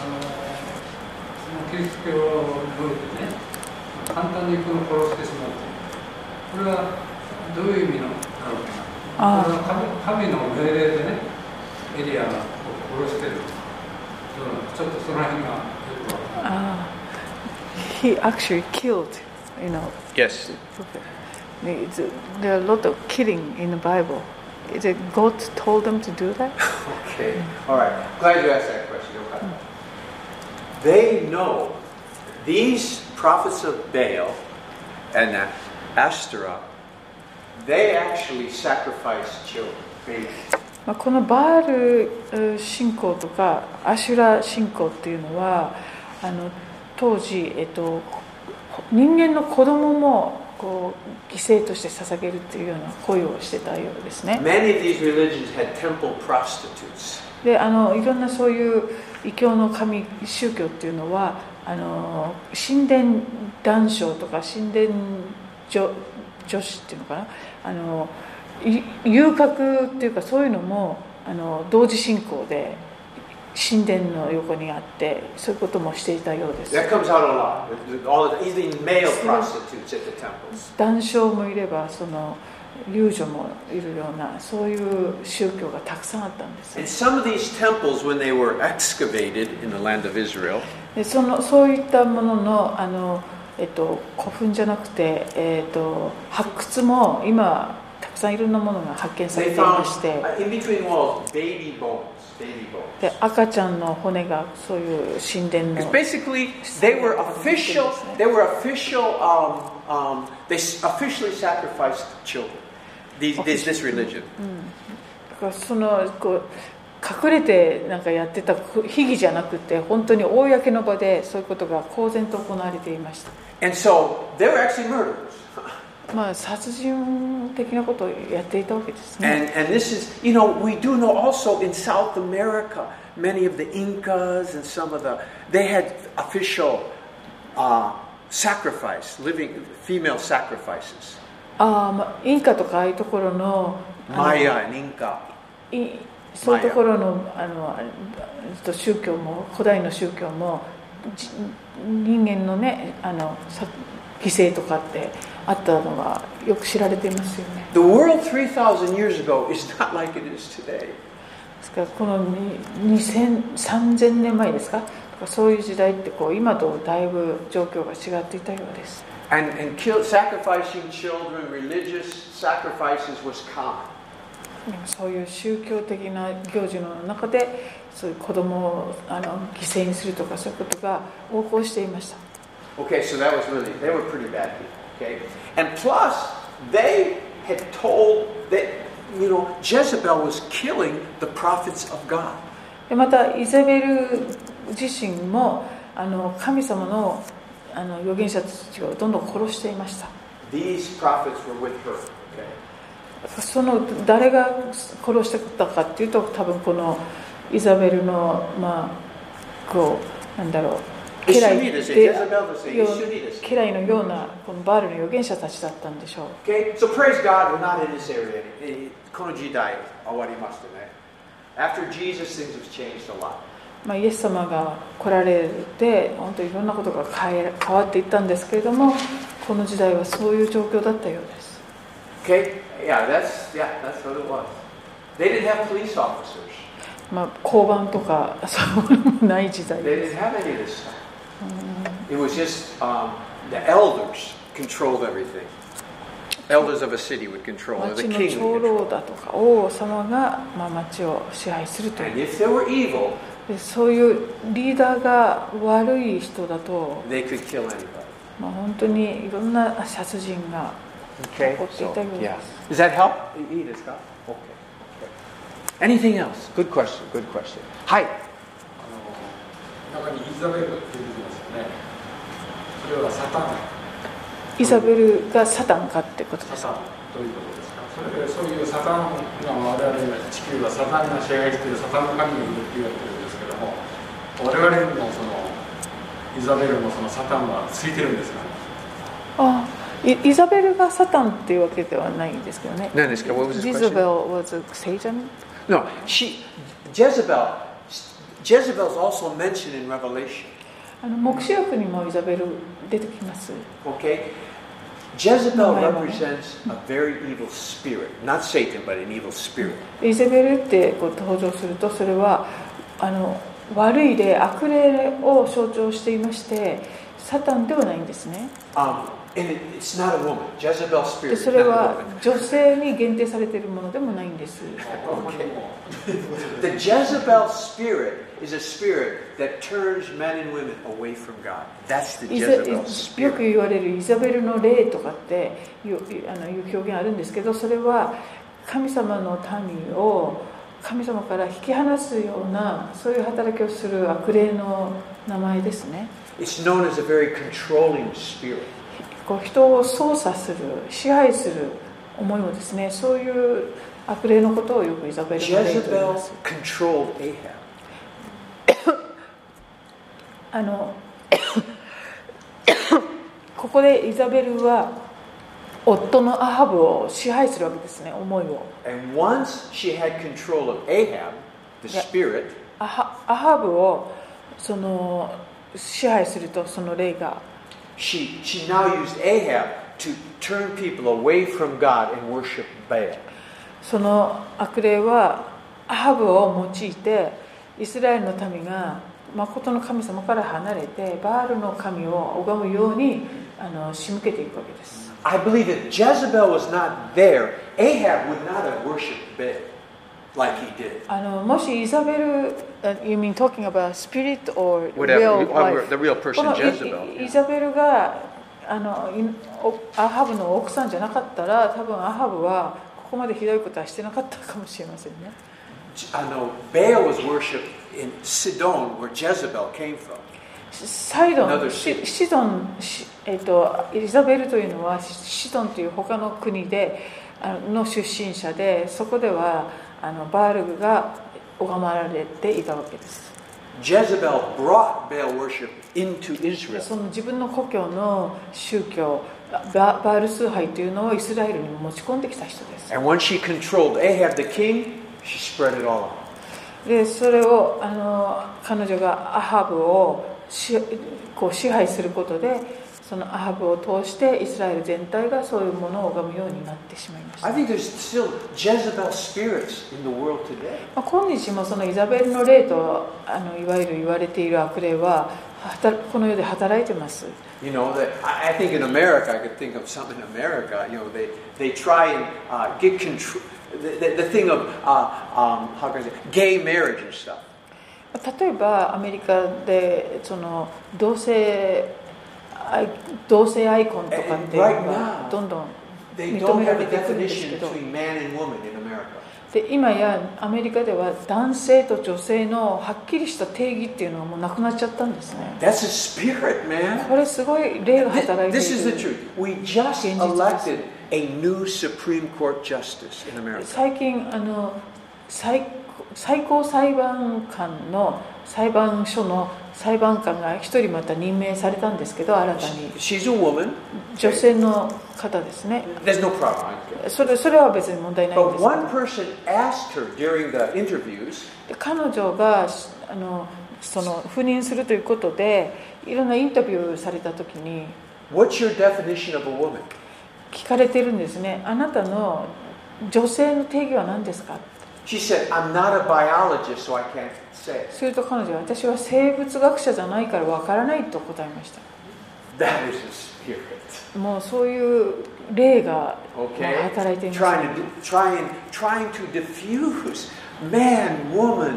Speaker 8: あのそのキリスト教においてね、簡単にこの殺してしまうという。これはどういう意味なのかな
Speaker 2: ああ
Speaker 8: これは神神の命令でね、エリアを殺してる。どうなのちょっとその辺がよくわかんない
Speaker 2: Ah, he actually killed, you know.
Speaker 1: Yes.
Speaker 2: It's, there are a lot of killing in the Bible. Is it God told them to do that?
Speaker 1: Okay. All right. Glad you asked that question. Okay. They know these prophets of Baal and Ashtaroth, they actually sacrifice children, babies.
Speaker 2: まあこのバールえー信仰とかアシュラ信仰っていうのはあの当時、えっと、こ人間の子供もこう犠牲として捧げるっていうような行為をしてたようですね。
Speaker 1: Many of these religions had temple prostitutes.
Speaker 2: であのいろんなそういう異教の神宗教っていうのはあの神殿男娼とか神殿女女子っていうのかなあのい遊郭っていうかそういうのもあの同時進行で神殿の横にあってそういうこともしていたようです
Speaker 1: That comes out a lot. All of the, even male prostitutes at the temples.
Speaker 2: 男娼もいればその遊女もいるようなそういう宗教がたくさんあったんですね
Speaker 1: And some of these temples, when they were excavated in the land of Israel,
Speaker 2: でそのそういったもののあの、えっと、古墳じゃなくて、えっと、発掘も今たくさんいろんなものが発見されて
Speaker 1: they
Speaker 2: いま
Speaker 1: found
Speaker 2: して
Speaker 1: uh, in between walls baby bones, baby bones.
Speaker 2: で赤ちゃんの骨がそういう神殿
Speaker 1: Because
Speaker 2: の
Speaker 1: basically, they were official. They were official. Um, um, they s- officially sacrificed children. These, this, this religion.
Speaker 2: からそのこう隠れてなんかやってた秘義じゃなくて本当に公の場でそういうことが公然と行われていました
Speaker 1: And so they were actually murderers.
Speaker 2: まあ殺人的なことをやっていたわけですね
Speaker 1: And, and this is, you know, we do know also in South America, many of the Incas and some of the, they had official uh, sacrifice, living, female sacrifices.
Speaker 2: ああ、まあ、インカとかああいうところのあの
Speaker 1: Maya and Inca.
Speaker 2: いそういうところのあのあえっと宗教も古代の宗教もじ人間のねあのさ犠牲とかってあったのがよく知られていますよね
Speaker 1: The world 3,000 years ago is not like it is today.
Speaker 2: ですからこのに2000 3000年前ですかとかそういう時代ってこう今とだいぶ状況が違っていたようです
Speaker 1: And, and kill, sacrificing children, religious sacrifices was common.
Speaker 2: でもそういう宗教的な行事の中でそういう子供をあの犠牲にするとかそういうことが横行していました
Speaker 1: Okay, so that was really, they were pretty bad people, okay? And plus, they had told that, you know, Jezebel was killing the prophets of God.
Speaker 2: でまたイザベル自身もあの神様のあの預言者たちをどんどん殺していました
Speaker 1: These prophets were with her, okay?
Speaker 2: その誰が殺してたかっていうと多分このイザベルのまあこうなんだろう
Speaker 1: 一
Speaker 2: 家
Speaker 1: 緒
Speaker 2: 来
Speaker 1: にですね
Speaker 2: で
Speaker 1: イザベルですね
Speaker 2: よ
Speaker 1: 一緒にですね
Speaker 2: 家来のようなこのバールの預言者たちだったんでしょう
Speaker 1: Okay, so praise God, we're not in this area. Eh, この時代終わりましたね。After Jesus, things have changed a lot.
Speaker 2: まあ、イエス様が来られて本当にいろんなことが変え変わっていったんですけれどもこの時代はそういう状況だったようです
Speaker 1: Okay, yeah, that's yeah, that's what it was. They didn't have police officers.
Speaker 2: まあ、交番とか そういうのもない時代
Speaker 1: They
Speaker 2: です
Speaker 1: didn't have any of this stuff. It was just um, the elders controlled everything. Elders of a city would control, or the
Speaker 2: 町
Speaker 1: king
Speaker 2: の
Speaker 1: would
Speaker 2: 長老
Speaker 1: control.
Speaker 2: だとか王様が、まあ、町を支配するとい
Speaker 1: And
Speaker 2: う
Speaker 1: if they were evil,
Speaker 2: でそういうリーダーが悪い人だと、
Speaker 1: they could kill anybody.
Speaker 2: まあ、本当にいろんな殺人が
Speaker 1: Okay,
Speaker 2: 起こっていたようです
Speaker 1: Does that help? It is, huh? Okay. okay. Anything else? Good question. Good question. Hi.
Speaker 8: あの中にイザベルが出てきますよねそれはサタン
Speaker 2: イザベルがサタンかってことです
Speaker 8: サタンということですかそれでそういうサタンが我々は地球はサタンが支配しているサタンの神がいるって言われてるんですけども我々にもそのイザベルもそのサタンはついてるんですかね
Speaker 2: ああイイザベルがサタンっていうわけではないんですけどね。
Speaker 1: 何ですか What was his
Speaker 2: イ
Speaker 1: question?
Speaker 2: ザベル was a Satan?
Speaker 1: No, she, Jezebel. Jezebel's also mentioned in Revelation.
Speaker 2: あの黙示録にもイザベル出てきます。
Speaker 1: Okay? Jezebel
Speaker 2: Right, right.
Speaker 1: represents a very evil spirit. Not Satan, but an evil spirit.
Speaker 2: イザベルってこう登場するとそれはあの悪い霊悪霊を象徴していましてサタンではないんですね
Speaker 1: Um, and it, it's not a woman. Jezebel's
Speaker 2: で
Speaker 1: spirit is
Speaker 2: それ
Speaker 1: not a
Speaker 2: は
Speaker 1: woman.
Speaker 2: 女性に限定されているものでもないんです
Speaker 1: The Jezebel spirit is a spirit that turns men and women away from God. That's the
Speaker 2: イザ
Speaker 1: Jezebel
Speaker 2: よく
Speaker 1: spirit.
Speaker 2: 言われるイザベルの霊とかっていうあのいう表現あるんですけどそれは神様の民を神様から引き離すようなそういう働きをする悪霊の名前ですね
Speaker 1: It's known as a very controlling spirit.
Speaker 2: こう人を操作する支配する思いもですねそういう悪霊のことをよくイザベルの霊と言いま
Speaker 1: Jezebel
Speaker 2: す
Speaker 1: controlled Ahab.
Speaker 2: あの ここでイザベルは夫のアハブを支配するわけですね思いを
Speaker 1: And once she had control of Ahab, the
Speaker 2: Yeah.
Speaker 1: spirit,
Speaker 2: アハアハブをその支配するとその霊が
Speaker 1: she, she now used Ahab to turn people away from God and worship Baal.
Speaker 2: その悪霊はアハブを用いてイスラエルの民が誠の神様から離れてバールの神を拝むようにあの仕向けていくわけです
Speaker 1: I believe if Jezebel was not there, Ahab would not have worshipped Baal like he did.
Speaker 2: あのもしイザベル、uh, you mean talking about spirit or
Speaker 1: Whatever, uh,
Speaker 2: real life?
Speaker 1: the real
Speaker 2: こ
Speaker 1: person,
Speaker 2: の
Speaker 1: Jezebel.
Speaker 2: イイザベルがあのいおアハブの奥さんじゃなかったら多分アハブはここまでひどいことはしてなかったかもしれませんね
Speaker 1: I know Baal was worshipped in Sidon, where Jezebel came from.
Speaker 2: サイド
Speaker 1: Another
Speaker 2: ン、シシドン、しえっとエリザベルというのはシシドンという他の国であのの出身者でそこではあのバールグが拝まられていたわけです
Speaker 1: Jezebel brought Baal worship into
Speaker 2: で
Speaker 1: Israel.
Speaker 2: その自分の故郷の宗教ババール崇拝というのをイスラエルに持ち込んできた人です
Speaker 1: And when she controlled Ahab the king, she spread it all out.
Speaker 2: でそれをあの彼女がアハブをしこう支配することでそのアハブを通してイスラエル全体がそういうものを拝むようになってしまいました
Speaker 1: I think there's still Jezebel spirits in the world today.
Speaker 2: まあ今日もそのイザベルの霊とあのいわゆる言われている悪霊は働この世で働いてます
Speaker 1: You know, that I, I think in America, I could think of some in America. You know, they, they try and uh, get control, the, the, the thing of, uh, um, how can I say, gay marriage and stuff.
Speaker 2: 例えばアメリカでその同性愛同性アイコンとかっていうの
Speaker 1: Right now,
Speaker 2: がどんどん
Speaker 1: They don't have a
Speaker 2: 認められていくんですけど。
Speaker 1: definition between man and woman in America.
Speaker 2: で今やアメリカでは男性と女性のはっきりした定義っていうのはもうなくなっちゃったんですね
Speaker 1: That's a spirit, man.
Speaker 2: これすごい霊が
Speaker 1: Thi-
Speaker 2: 働いて
Speaker 1: This is
Speaker 2: い
Speaker 1: the
Speaker 2: る
Speaker 1: truth. We just
Speaker 2: 現実です。
Speaker 1: elected a new Supreme Court justice in America.
Speaker 2: 最近あの最最高裁判官の裁判所の裁判官が一人また任命されたんですけど新たに
Speaker 1: She's a woman.
Speaker 2: 女性の方ですね
Speaker 1: There's no problem. I don't care.
Speaker 2: それそれは別に問題ないんで
Speaker 1: But
Speaker 2: すけど
Speaker 1: one person asked her during the interviews,
Speaker 2: で彼女がしあのその赴任するということでいろんなインタビューされた時に
Speaker 1: "What's your definition of a woman?"
Speaker 2: 聞かれてるんですねあなたの女性の定義は何ですか
Speaker 1: She said, "I'm not a biologist, so I can't say." it."
Speaker 2: すると彼女は私は生物学者じゃないからわからないと答えました
Speaker 1: That is a spirit.
Speaker 2: もうそういう霊がまあ
Speaker 1: Okay,
Speaker 2: 働いています
Speaker 1: trying to do- trying trying to diffuse man, woman,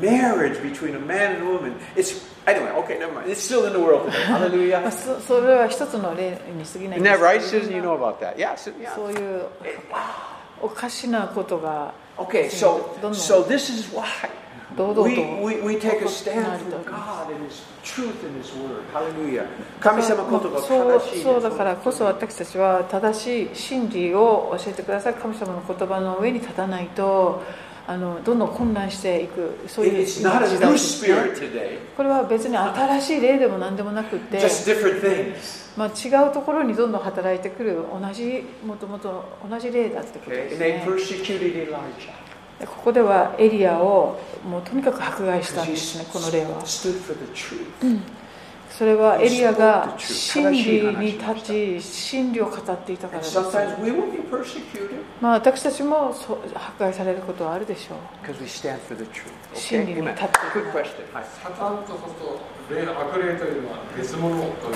Speaker 1: marriage between a man and a woman. It's anyway. Okay, never mind. It's still in the world today.
Speaker 2: まあ
Speaker 1: Hallelujah.
Speaker 2: そそれは一つの例に過ぎない
Speaker 1: Isn't that right,
Speaker 2: けど
Speaker 1: Susan? You know about that? Yeah. Su- yeah.
Speaker 2: そういうおかしなことが
Speaker 1: Okay. So
Speaker 2: どんどん
Speaker 1: so this is why
Speaker 2: 堂々と
Speaker 1: we we, we take a stand
Speaker 2: なると。
Speaker 1: for God and His truth and His word. Hallelujah.
Speaker 2: そうそうだからこそ
Speaker 1: 神様言葉正しいです。
Speaker 2: 私たちは正しい真理を教えてください神様の言葉の上に立たないとあのどんどん混乱していくそういう
Speaker 1: It's not a
Speaker 2: 時代
Speaker 1: new
Speaker 2: ですね
Speaker 1: spirit today.
Speaker 2: これは別に新しい例でも何でもなくって
Speaker 1: Just different things.
Speaker 2: まあ、違うところにどんどん働いてくる同じもともと同じ例だってこと
Speaker 1: Okay.
Speaker 2: です
Speaker 1: And they
Speaker 2: ね
Speaker 1: persecuted Elijah.
Speaker 2: でここではエリアをもうとにかく迫害した
Speaker 1: Because
Speaker 2: ん
Speaker 1: he
Speaker 2: ですねこの例は
Speaker 1: stood for the truth.
Speaker 2: それはエリアが
Speaker 1: He spoke
Speaker 2: 真
Speaker 1: the truth
Speaker 2: 理に立ち真理を語っていたから
Speaker 1: And
Speaker 2: です
Speaker 1: sometimes we will be persecuted
Speaker 2: まあ、私たちもそう迫害されることはあるでしょう。
Speaker 1: because we stand for the truth.
Speaker 2: 真
Speaker 1: Okay?
Speaker 2: 理に立
Speaker 1: Amen.
Speaker 2: ってい
Speaker 1: Good
Speaker 2: く
Speaker 1: question. Hi.
Speaker 8: サタンとそうすると霊悪霊というのは別物という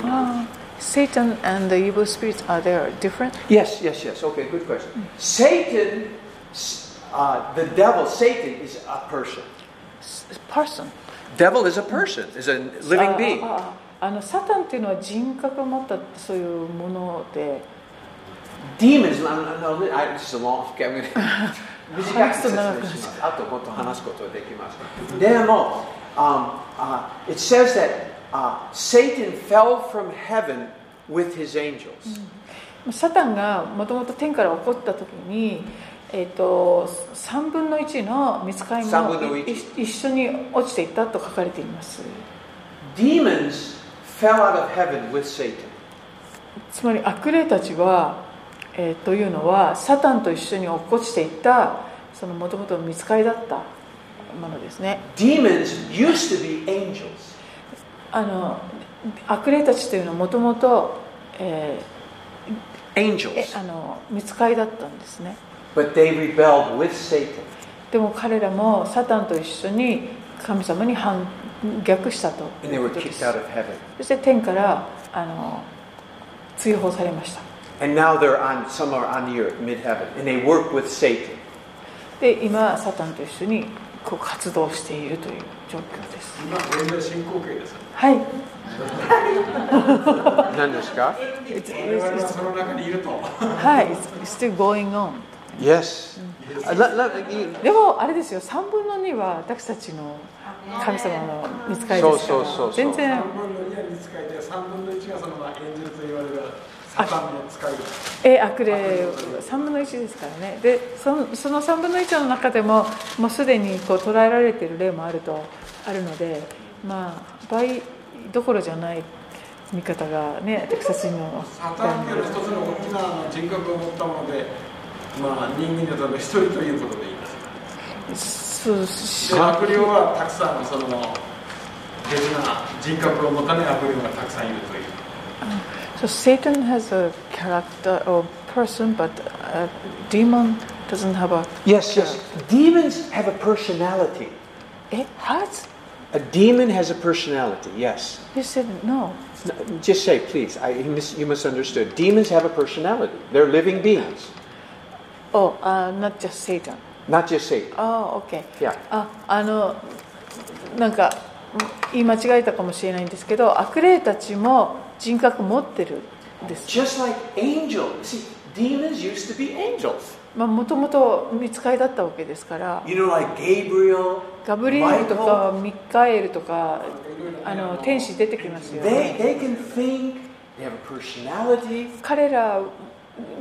Speaker 2: Satan and the evil spirits are there different?
Speaker 1: Yes, yes, yes. Mm. Okay, good question. Satan, s- uh, the devil, Satan is a person.
Speaker 2: Person.
Speaker 1: Devil is a person, is a
Speaker 2: あ
Speaker 1: living being.
Speaker 2: あああのサタンっていうのは人格を持ったそういうもので、
Speaker 1: Demons, no, no, no, I, this is a long, okay, I'm going to. 短く説明します。あともっと話すことはできます。でも、um, uh, it says that uh, Satan fell from heaven with his angels.
Speaker 2: サタンがもともと天から起こった時に、えー、と3分の1の見つかり
Speaker 1: 三分
Speaker 2: も
Speaker 1: の
Speaker 2: い
Speaker 1: 一
Speaker 2: 一緒に落ちていったと書かれています。
Speaker 1: Demons fell out of heaven with Satan.
Speaker 2: つまり悪霊たちは、えーというのはサタンと一緒に落っこちていったそのもともと見つかりだったものですね
Speaker 1: Demons used to be angels.
Speaker 2: あの悪霊たちというのはもともとえーえ
Speaker 1: Angels.
Speaker 2: あの見つかりだったんですね
Speaker 1: But they rebelled with Satan.
Speaker 2: でも彼らもサタンと一緒に神様に反逆したと
Speaker 1: And
Speaker 2: い
Speaker 1: they
Speaker 2: う
Speaker 1: were
Speaker 2: ことです
Speaker 1: kicked out of heaven.
Speaker 2: そして天からあの追放されました
Speaker 1: And now they're on, some are on the earth, mid heaven. And they work with Satan.
Speaker 2: で今サタンと一緒にこう活動しているという状況です
Speaker 8: 今現在進行形です
Speaker 2: はい
Speaker 1: 何ですか
Speaker 8: 我々はその中にいると
Speaker 2: はい、it's it's still going on.
Speaker 1: Yes. Uh, let- let- you-
Speaker 2: でもあれですよ3分の2は私たちの神様の見つかりですか
Speaker 1: そうそうそうそう
Speaker 2: ら全然
Speaker 9: 3分の2は見つかりで3分の1がそのまあエンジェルと言われるサタンの使いです
Speaker 2: え悪霊3分の1ですからねでそのその3分の1の中でももうすでにこう捉えられている例もあるとあるのでまあ倍どころじゃない見方がね私たちの
Speaker 9: サタンというのは一つの大きな人格を持ったものでまあ人間にとって一人ということでいいです
Speaker 2: そうし
Speaker 9: で悪霊はたくさんその別な人格を持たない悪霊がたくさんいるという
Speaker 2: So Satan has a character or person, but a demon doesn't have a.
Speaker 1: Yes, yes. Demons have a personality.
Speaker 2: It has?
Speaker 1: A demon has a personality, yes.
Speaker 2: You said no.
Speaker 1: No, just say, please. I, you, mis- you misunderstood. Demons have a personality. They're living beings,
Speaker 2: Oh, uh, not just Satan.
Speaker 1: not just Satan.
Speaker 2: Oh, okay.
Speaker 1: Yeah.
Speaker 2: あ、あの、なんかん言い間違えたかもしれないんですけど、悪霊たちも人格持ってるんです。
Speaker 10: Just like angels. See, demons used to be angels.
Speaker 2: まあ、もともと見つかりだったわけですから、
Speaker 10: You know, like Gabriel,
Speaker 2: ガブリエルとかミカエルとか、あの天使出てきますよね。
Speaker 10: they, they can think, they have a personality.
Speaker 2: 彼ら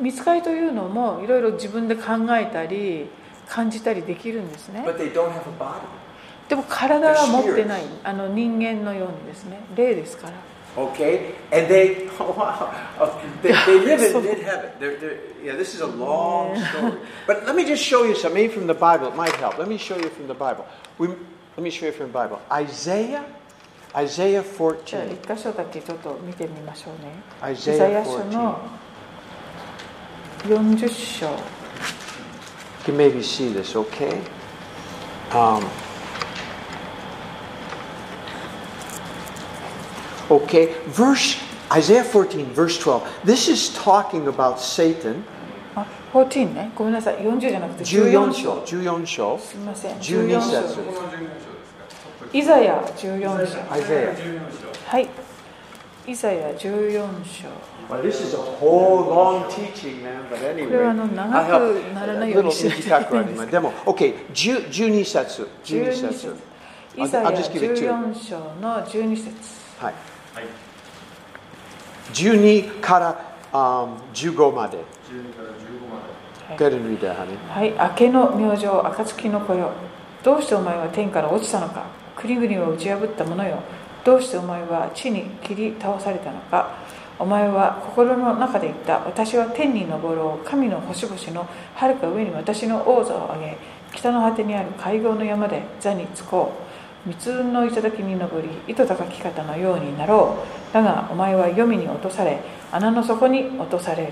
Speaker 2: 見つかりというのもいろいろ自分で考えたり感じたりできるんですね
Speaker 10: But they don't have a body.
Speaker 2: でも体は持ってないあの人間のようにですね霊ですから
Speaker 10: Okay? And they, oh, wow, they, they live in mid heaven. They're, they're, yeah, this is a long story.
Speaker 1: But let me just show you something from the Bible. It might help. Let me show you from the Bible. We, let me show you from the Bible. Isaiah, Isaiah
Speaker 2: じゃあ
Speaker 1: 14.
Speaker 2: 一箇所だけちょっと見てみましょうねイザ
Speaker 1: Isaiah
Speaker 2: ヤ書の
Speaker 1: 14.
Speaker 2: 40章
Speaker 1: You can maybe see this, okay? Um, okay, verse Isaiah 14, verse 12. This is talking about Satan.
Speaker 2: あ14ねごめんなさい40じゃなくて
Speaker 1: 14
Speaker 2: 14
Speaker 1: 章
Speaker 2: 章
Speaker 1: 14章
Speaker 2: すみません
Speaker 1: 12
Speaker 2: 14章
Speaker 1: 節
Speaker 8: この14章ですかちょっと
Speaker 2: イザヤ14章
Speaker 1: Isaiah.
Speaker 8: 14章
Speaker 2: はいイザヤ14章
Speaker 1: Well, this is a whole long teaching, man, but anyway.
Speaker 2: これはあの
Speaker 1: I
Speaker 2: 長
Speaker 1: have
Speaker 2: くなら
Speaker 1: a
Speaker 2: ないよう
Speaker 1: little
Speaker 2: にしないといけないんです
Speaker 1: 短くあります。でも、okay, 10 12節12
Speaker 2: 12
Speaker 1: 節
Speaker 2: 節イザヤ
Speaker 1: I'll just give it to you.
Speaker 2: 14章の12節
Speaker 1: はい、12から、あー15まで。
Speaker 8: 12から15まで
Speaker 1: um, Go ahead and read that, honey.
Speaker 2: はい明けの明星暁の子よどうしてお前は天から落ちたのか国々を打ち破った者よどうしてお前は地に切り倒されたのかお前は心の中で言った私は天に昇ろう神の星々のはるか上に私の王座を上げ北の果てにある会合の山で座につこう密雲の頂に登り糸高き方のようになろうだがお前は黄泉に落とされ穴の底に落とされる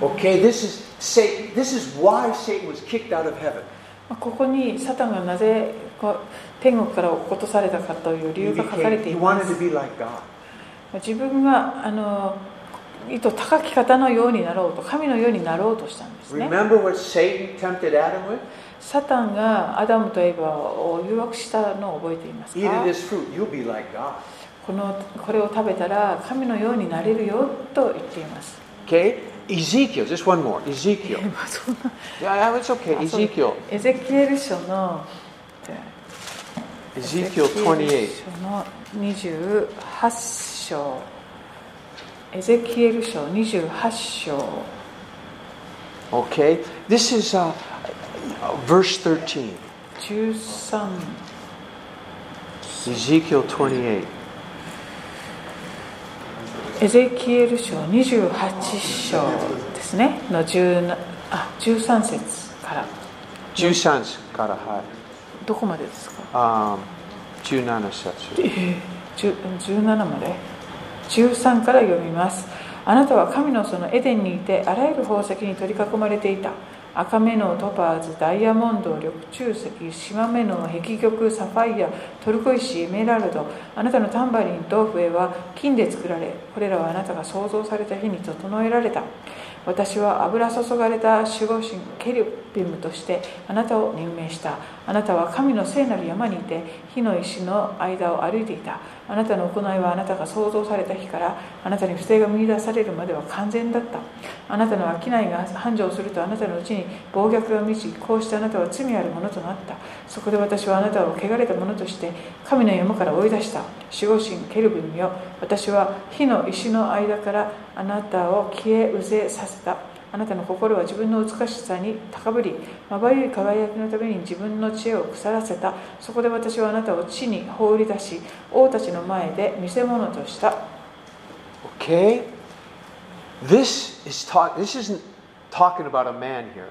Speaker 1: Okay, this is, Satan, this is why Satan was kicked out of heaven.
Speaker 2: まあここにサタンがなぜこう天国から落っことされたかという
Speaker 1: He,
Speaker 2: 理由が書かれ
Speaker 1: became,
Speaker 2: て
Speaker 1: he
Speaker 2: いま
Speaker 1: wanted
Speaker 2: す
Speaker 1: to be like God.
Speaker 2: 自分があの糸高き方のようになろうと神のようになろうとしたんですね
Speaker 1: Remember what Satan tempted Adam with?
Speaker 2: サタンがアダムとエバを誘惑したのを覚えています
Speaker 1: Eat of
Speaker 2: か
Speaker 1: this fruit, you'll be like God.
Speaker 2: このこれを食べたら神のようになれるよと言っています
Speaker 1: Okay, Ezekiel, just one more. Ezekiel. yeah, yeah, it's okay.
Speaker 2: あそう
Speaker 1: Ezekiel.
Speaker 2: エゼキエル書の
Speaker 1: Ezekiel 28.
Speaker 2: エゼキエル書の28章エゼキエル書28章
Speaker 1: Okay, this is uh, uh, verse 13.
Speaker 2: 13
Speaker 1: Ezekiel 28.
Speaker 2: エゼキエル書28章ですねの17あ13節から
Speaker 1: 13から、はい。
Speaker 2: どこまでですか
Speaker 1: あー17節。
Speaker 2: 10 17まで13から読みますあなたは神のそのエデンにいてあらゆる宝石に取り囲まれていた赤目のトパーズダイヤモンド緑中石島目の壁玉サファイアトルコ石エメラルドあなたのタンバリンと笛は金で作られこれらはあなたが創造された日に整えられた私は油注がれた守護神ケルビムとしてあなたを任命したあなたは神の聖なる山にいて火の石の間を歩いていたあなたの行いはあなたが創造された日からあなたに不正が見出されるまでは完全だったあなたの商いが繁盛するとあなたのうちに暴虐が満ちこうしてあなたは罪あるものとなったそこで私はあなたを汚れたものとして神の山から追い出した守護神ケルビムよ私は火の石の間からあなたを消えうぜさせたあなたの心は自分の美しさに高ぶりまばゆい輝きのために自分の知恵を腐らせたそこで私はあなたを地に放り出し王たちの前で見せ物とした
Speaker 1: Okay? This is talk this isn't talking about a man here.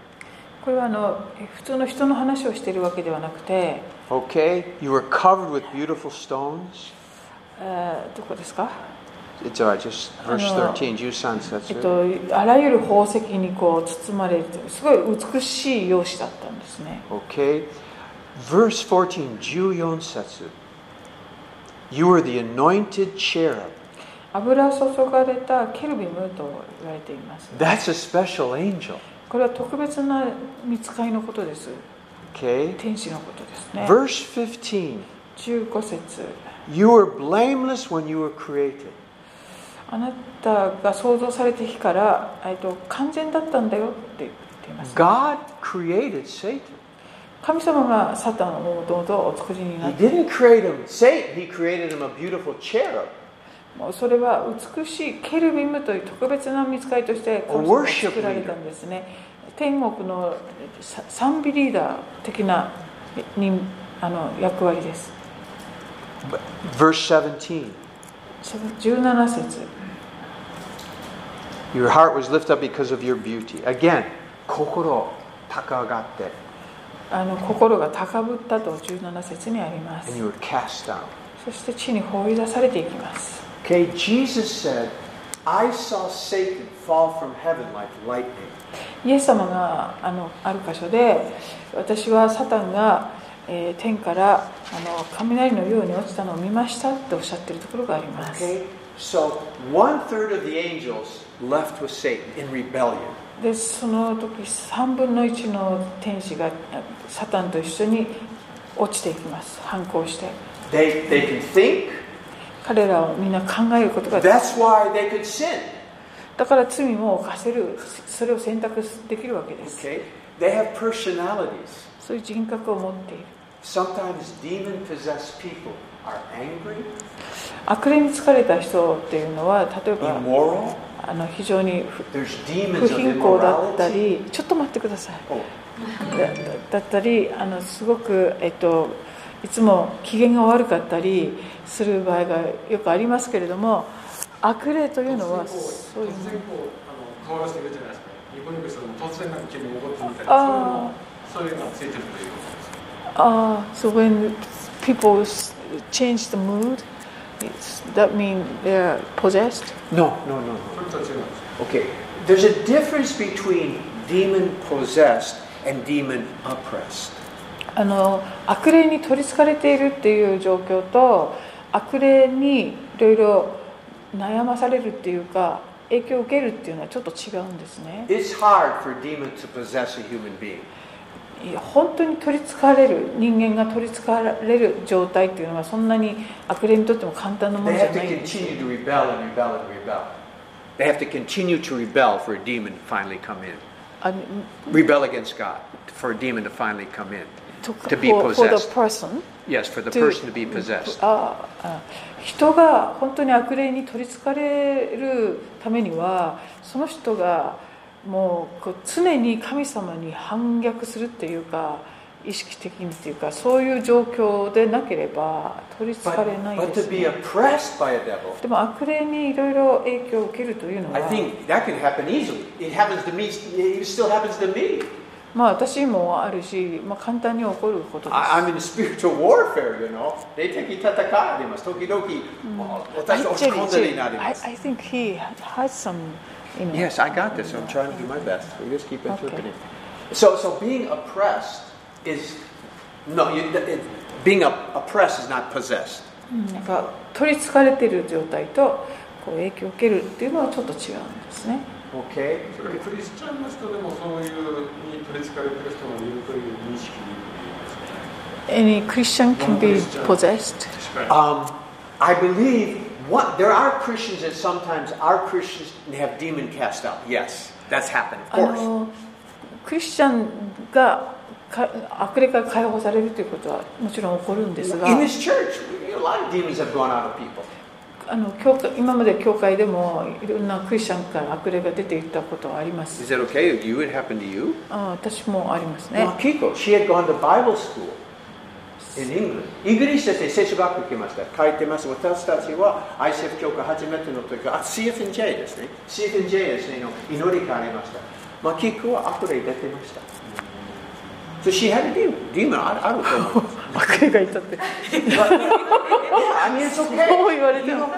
Speaker 2: これはあのえ普通の人の話をしているわけではなくて、
Speaker 1: Okay? You were covered with beautiful stones.
Speaker 2: えーどこですか、
Speaker 1: It's alright, just verse
Speaker 2: Ano.
Speaker 1: 13, Jusan says
Speaker 2: えっ
Speaker 1: it.
Speaker 2: と、あらゆる宝石にこう包まれるというすごい美しい容姿だったんですね
Speaker 1: Okay. Verse 14, Juyon Setsu. You were the anointed cherub.
Speaker 2: 油注がれたケルビムと言われています
Speaker 1: That's a special angel.
Speaker 2: これは特別な見つかりのことです
Speaker 1: Okay.
Speaker 2: 天使のことですね
Speaker 1: Verse 15,
Speaker 2: 15節
Speaker 1: you were blameless when you were created.
Speaker 2: あなたが創造された日から、えっと、完全だったんだよって言っています
Speaker 1: God created Satan.
Speaker 2: 神様がサタンをもともとお作りにな
Speaker 1: He
Speaker 2: って
Speaker 1: didn't create him Satan, he created him a beautiful cherub,
Speaker 2: もうそれは美しいケルビムという特別な見つかりとして神様が作られたんですね天国のさ賛美リーダー的なえにあの役割です
Speaker 1: But- Verse 17,
Speaker 2: 17節
Speaker 1: your heart was lifted up because of your beauty. Again, kokoro takagatte,
Speaker 2: あの心が高ぶったと17節にあります
Speaker 1: and you were cast down.
Speaker 2: そして地に放り出されていきます
Speaker 1: Okay, Jesus said, I saw Satan fall from heaven like lightning.
Speaker 2: イエス様があのある箇所で私はサタンが、えー天からあの雷のように落ちたのを見ましたっておっしゃってるところがあります
Speaker 1: Okay, so one third of the angels left with Satan in rebellion.
Speaker 2: でその時3分の1の天使がサタンと一緒に落ちていきます反抗して
Speaker 1: They, they can think,
Speaker 2: 彼らをみんな考えることができ
Speaker 1: that's why they could sin.
Speaker 2: だから罪も犯せるそれを選択できるわけです
Speaker 1: Okay, they have personalities.
Speaker 2: そういう人格を持っている
Speaker 1: Sometimes demon possessed people are angry,
Speaker 2: 悪霊に疲れた人っていうのは例えば
Speaker 1: immoral,
Speaker 2: あの非常に不
Speaker 1: there's
Speaker 2: 不
Speaker 1: demons of
Speaker 2: 貧困だった
Speaker 1: immorality.
Speaker 2: りちょっと待ってください
Speaker 1: Oh,
Speaker 2: だだったりあのすごく、えっと、いつも機嫌が悪かったりする場合がよくありますけれども悪霊というのはそういう
Speaker 8: 突然こうあの顔出してくるじゃないですかニコニコしても突然なんか気分怒ってみたい
Speaker 2: あ
Speaker 8: なそういうのそういうのがついてるということです
Speaker 2: ああ so when people s- change the mood it's- that mean they're possessed
Speaker 1: no, no, no, no.
Speaker 8: それとは違うんです
Speaker 1: Okay, there's a difference between demon possessed and demon oppressed.
Speaker 2: あの悪霊に取りつかれているっていう状況と悪霊にいろいろ悩まされるっていうか影響を受けるっていうのはちょっと違うんですね
Speaker 1: It's hard for a demon to possess a human being.
Speaker 2: いや本当に取りつかれる人間が取りつかれる状態っていうのはそんなに悪霊にとっても簡単なも
Speaker 1: They
Speaker 2: のじゃ
Speaker 1: have
Speaker 2: な
Speaker 1: to
Speaker 2: いんですよ
Speaker 1: continue to rebel and rebel and rebel. They have to continue to rebel for a demon to finally come in.
Speaker 2: あの
Speaker 1: Rebel against God for a demon to finally come in.
Speaker 2: to,
Speaker 1: To be
Speaker 2: for, for the
Speaker 1: possessed.
Speaker 2: person
Speaker 1: Yes, for the
Speaker 2: to-
Speaker 1: person to be possessed.
Speaker 2: ああ人が本当に悪霊に取りつかれるためにはその人がもうこう常に神様に反逆するっていうか意識的にっていうかそういう状況でなければ取りつか
Speaker 1: But,
Speaker 2: れない
Speaker 1: but
Speaker 2: で
Speaker 1: to
Speaker 2: す、
Speaker 1: be
Speaker 2: ね、
Speaker 1: oppressed by a devil,
Speaker 2: でも悪霊にいろいろ影響を受けるというの
Speaker 1: I
Speaker 2: は
Speaker 1: think that can happen easily. It happens to me, it still happens to me.
Speaker 2: まあ私もあるし、まあ、簡単に起こることです
Speaker 1: I, I'm in spiritual warfare, you know. They take it tatakaarimasu, tokidoki, watashi
Speaker 2: Mm. Jerry, Jerry, I,
Speaker 1: oshikonda
Speaker 2: I think he has some you know,
Speaker 1: Yes, I got this. I'm trying to do my best. We just keep
Speaker 2: Okay.
Speaker 1: interpreting. So, so being oppressed is no. You, it, being op- oppressed is not possessed.
Speaker 2: なんか取りつかれている状態とこう影響を受けるっていうのはちょっと違うんですね。
Speaker 1: Okay?
Speaker 9: それクリスチャンの人でもそういうに取りつかれてる人もいるという認識にいますね
Speaker 2: Any Christian can be possessed.
Speaker 9: 確か
Speaker 1: Um, I believe what, there are Christians that sometimes are Christians and have demon cast out. Yes, that's happened, of
Speaker 2: あ
Speaker 1: course.
Speaker 2: のクリスチャンがか悪霊から解放されるということはもちろん起こるんですが
Speaker 1: In this church, a lot of demons have gone out of people.
Speaker 2: あの教会今まで教会でもいろんなクリスチャンから悪霊が出ていったことはあります
Speaker 10: Is that okay? You it happened to you?
Speaker 2: あ私もありますね
Speaker 1: Well, Kiko, she had gone to Bible school in England. イギリスで聖書学校行きました。書いてます。私たちは ICF 教会初めての時は、あ CFNJ ですね。CFNJ ですねの祈りがありました。まあ、キックは悪霊出てました。So she had a demon. demon ああると思います。
Speaker 2: 悪霊がいたって
Speaker 1: I mean, it's okay.
Speaker 2: そう言われて
Speaker 1: You
Speaker 2: も
Speaker 1: know,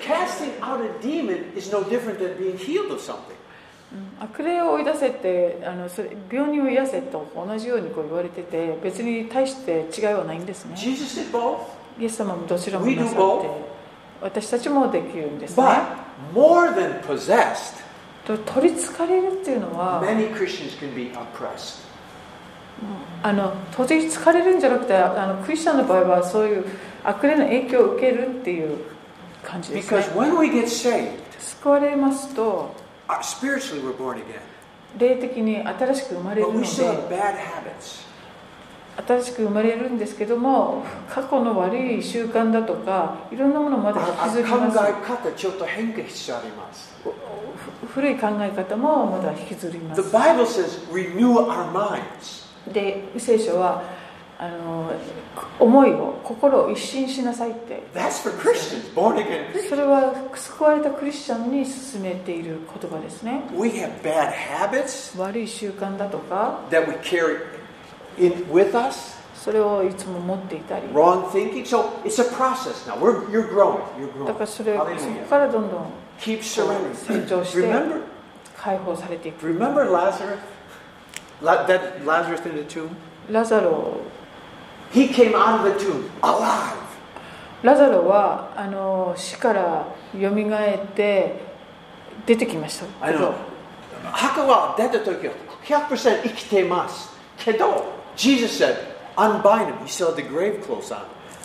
Speaker 1: casting out a demon is no different than being healed of something.
Speaker 2: 悪霊を追い出せってあのそれ病人を癒せと同じようにこう言われてて別に対して違いはないんですね
Speaker 1: Jesus did both,
Speaker 2: イエス様もどちらも
Speaker 1: We do
Speaker 2: なさって私たちもできるんですね
Speaker 1: but more than possessed,
Speaker 2: と取りつかれるっていうのは
Speaker 1: many Christians can be oppressed.
Speaker 2: あの当然疲れるんじゃなくてあのクリスチャンの場合はそういう悪霊の影響を受けるっていう感じですね
Speaker 1: Because when we get saved,
Speaker 2: 救われますと
Speaker 1: uh, spiritually we're born again.
Speaker 2: 霊的に新しく生まれる
Speaker 1: But
Speaker 2: の
Speaker 1: we
Speaker 2: で
Speaker 1: still have bad habits.
Speaker 2: 新しく生まれるんですけども過去の悪い習慣だとかいろんなものをまだ引きずります
Speaker 1: 考え方ちょっと変化しちゃいます。The
Speaker 2: ふ古い考え方もまだ引きずります
Speaker 1: Bible says renew our minds.
Speaker 2: で聖書はあの思いを心を一新しなさいって
Speaker 1: That's for Christians, born again.
Speaker 2: それは救われたクリスチャンに勧めている言葉ですね
Speaker 1: We have bad habits
Speaker 2: 悪い習慣だとか
Speaker 1: that we carry in with us,
Speaker 2: それをいつも持っていたり
Speaker 1: wrong thinking. So it's a process now. We're, you're growing. You're
Speaker 2: だ
Speaker 1: growing.
Speaker 2: からそれそこ
Speaker 1: Hallelujah.
Speaker 2: からどんどん
Speaker 1: Keep
Speaker 2: 成
Speaker 1: surrendering.
Speaker 2: 長して
Speaker 1: Remember,
Speaker 2: 解放されていく
Speaker 1: remember Lazarus? La- that Lazarus in the tomb?
Speaker 2: ラザロ
Speaker 1: He came out of the tomb alive.
Speaker 2: ラザロはあの死からよみがえって出てきました
Speaker 1: あ
Speaker 2: けど
Speaker 1: の墓は出た時は100%生きてますけど Jesus said unbind him he still had the grave clothes on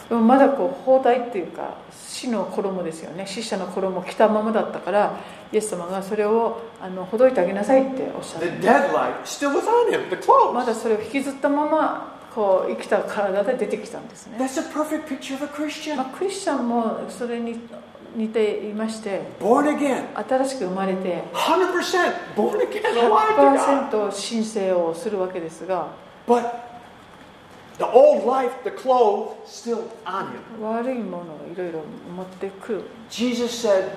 Speaker 2: でもまだこう包帯っていうか死の衣ですよね死者の衣を着たままだったからイエス様がそれをあのほどいてあげなさいっておっしゃっ
Speaker 1: the
Speaker 2: て
Speaker 1: dead life still was on him the
Speaker 2: ま
Speaker 1: clothes
Speaker 2: だそれを引きずったままこう生きた体で出てきたんですね
Speaker 1: that's a perfect picture of a Christian
Speaker 2: まあ、クリスチャンもそれに似ていまして
Speaker 1: born again
Speaker 2: 新しく生まれて
Speaker 1: 100% born again alive to God
Speaker 2: 100%申請をするわけですが
Speaker 1: but the old life the clothes still on him
Speaker 2: 悪いものをいろいろ持ってくる
Speaker 1: Jesus said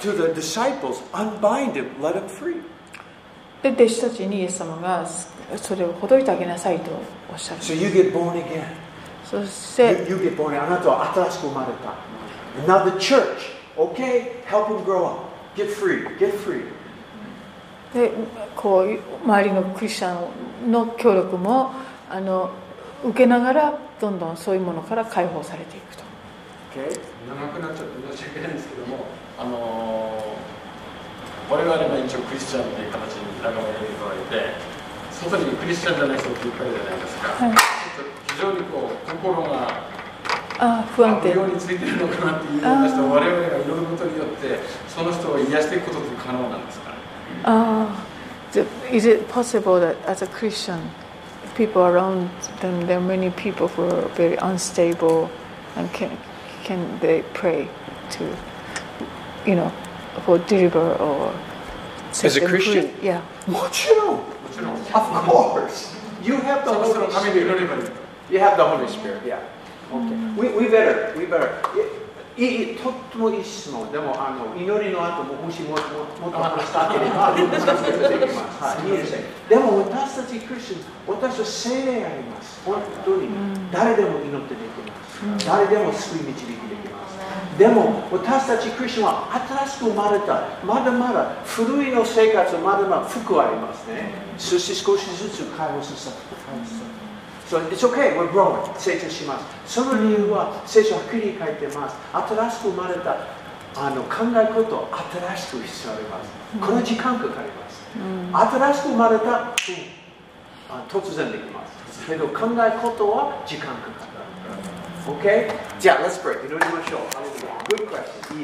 Speaker 1: to the disciples unbind him let him free
Speaker 2: で弟子たちにイエス様がそれをほどいてあげなさいとおっしゃる
Speaker 1: so you get born again
Speaker 2: そして
Speaker 1: You, you get born again. あなたは新しく生まれた。Now the church, okay? Help him grow up. Get free. Get free.
Speaker 2: でこう周りのクリスチャンの協力もあの受けながらどんどんそういうものから解放されていくと
Speaker 1: Okay?
Speaker 8: 長くなっちゃって申し訳ないんですけども、
Speaker 9: にあのー我々は一応クリスチャンという形に仲間にいただいて外にクリスチャンじゃない人っていっぱいじゃないですか、
Speaker 2: はい
Speaker 9: ちょっと非常にこう心が
Speaker 2: ああ不安定
Speaker 9: ようについてるのかなっていうような人我々がいろんなことによってその人を癒していくことって可能なんですかね
Speaker 2: Ah, the, is it possible that as a Christian, people around them, there are many people who are very unstable, and can can they pray to, you know, for deliver or set
Speaker 10: As a
Speaker 2: them free?
Speaker 10: Christian?
Speaker 2: Yeah.
Speaker 1: もちろん。
Speaker 9: もちろん
Speaker 1: Of course. You have the
Speaker 9: その
Speaker 1: Holy
Speaker 9: 人のた
Speaker 1: Spirit.
Speaker 9: めに祈ればいいと
Speaker 1: You have the Holy Spirit. Yeah. Okay. We, we better. We better. いいいいとってもいい質問。でも、あの祈りの後も、もしもももっと話したければ、もっと話してできます。はい、いいですね。でも、私たちクリスチャン、私は聖霊があります。本当に、誰でも祈ってできます。誰でも救い導きできます。でも私たちクリスチャンは新しく生まれたまだまだ古いの生活まだまだ服ありますねそして少しずつ解放させた解放させた So it's okay, we're growing. 成長します。その理由は、聖書はっきり書いてます。新しく生まれたあの考えことを新しくしちゃいます。この時間かかります。新しく生まれた、うんあ突然できます。けど考えことは時間かかる。OK? じゃあ、Let's pray. 祈りましょう。Hallelujah. Good question. いい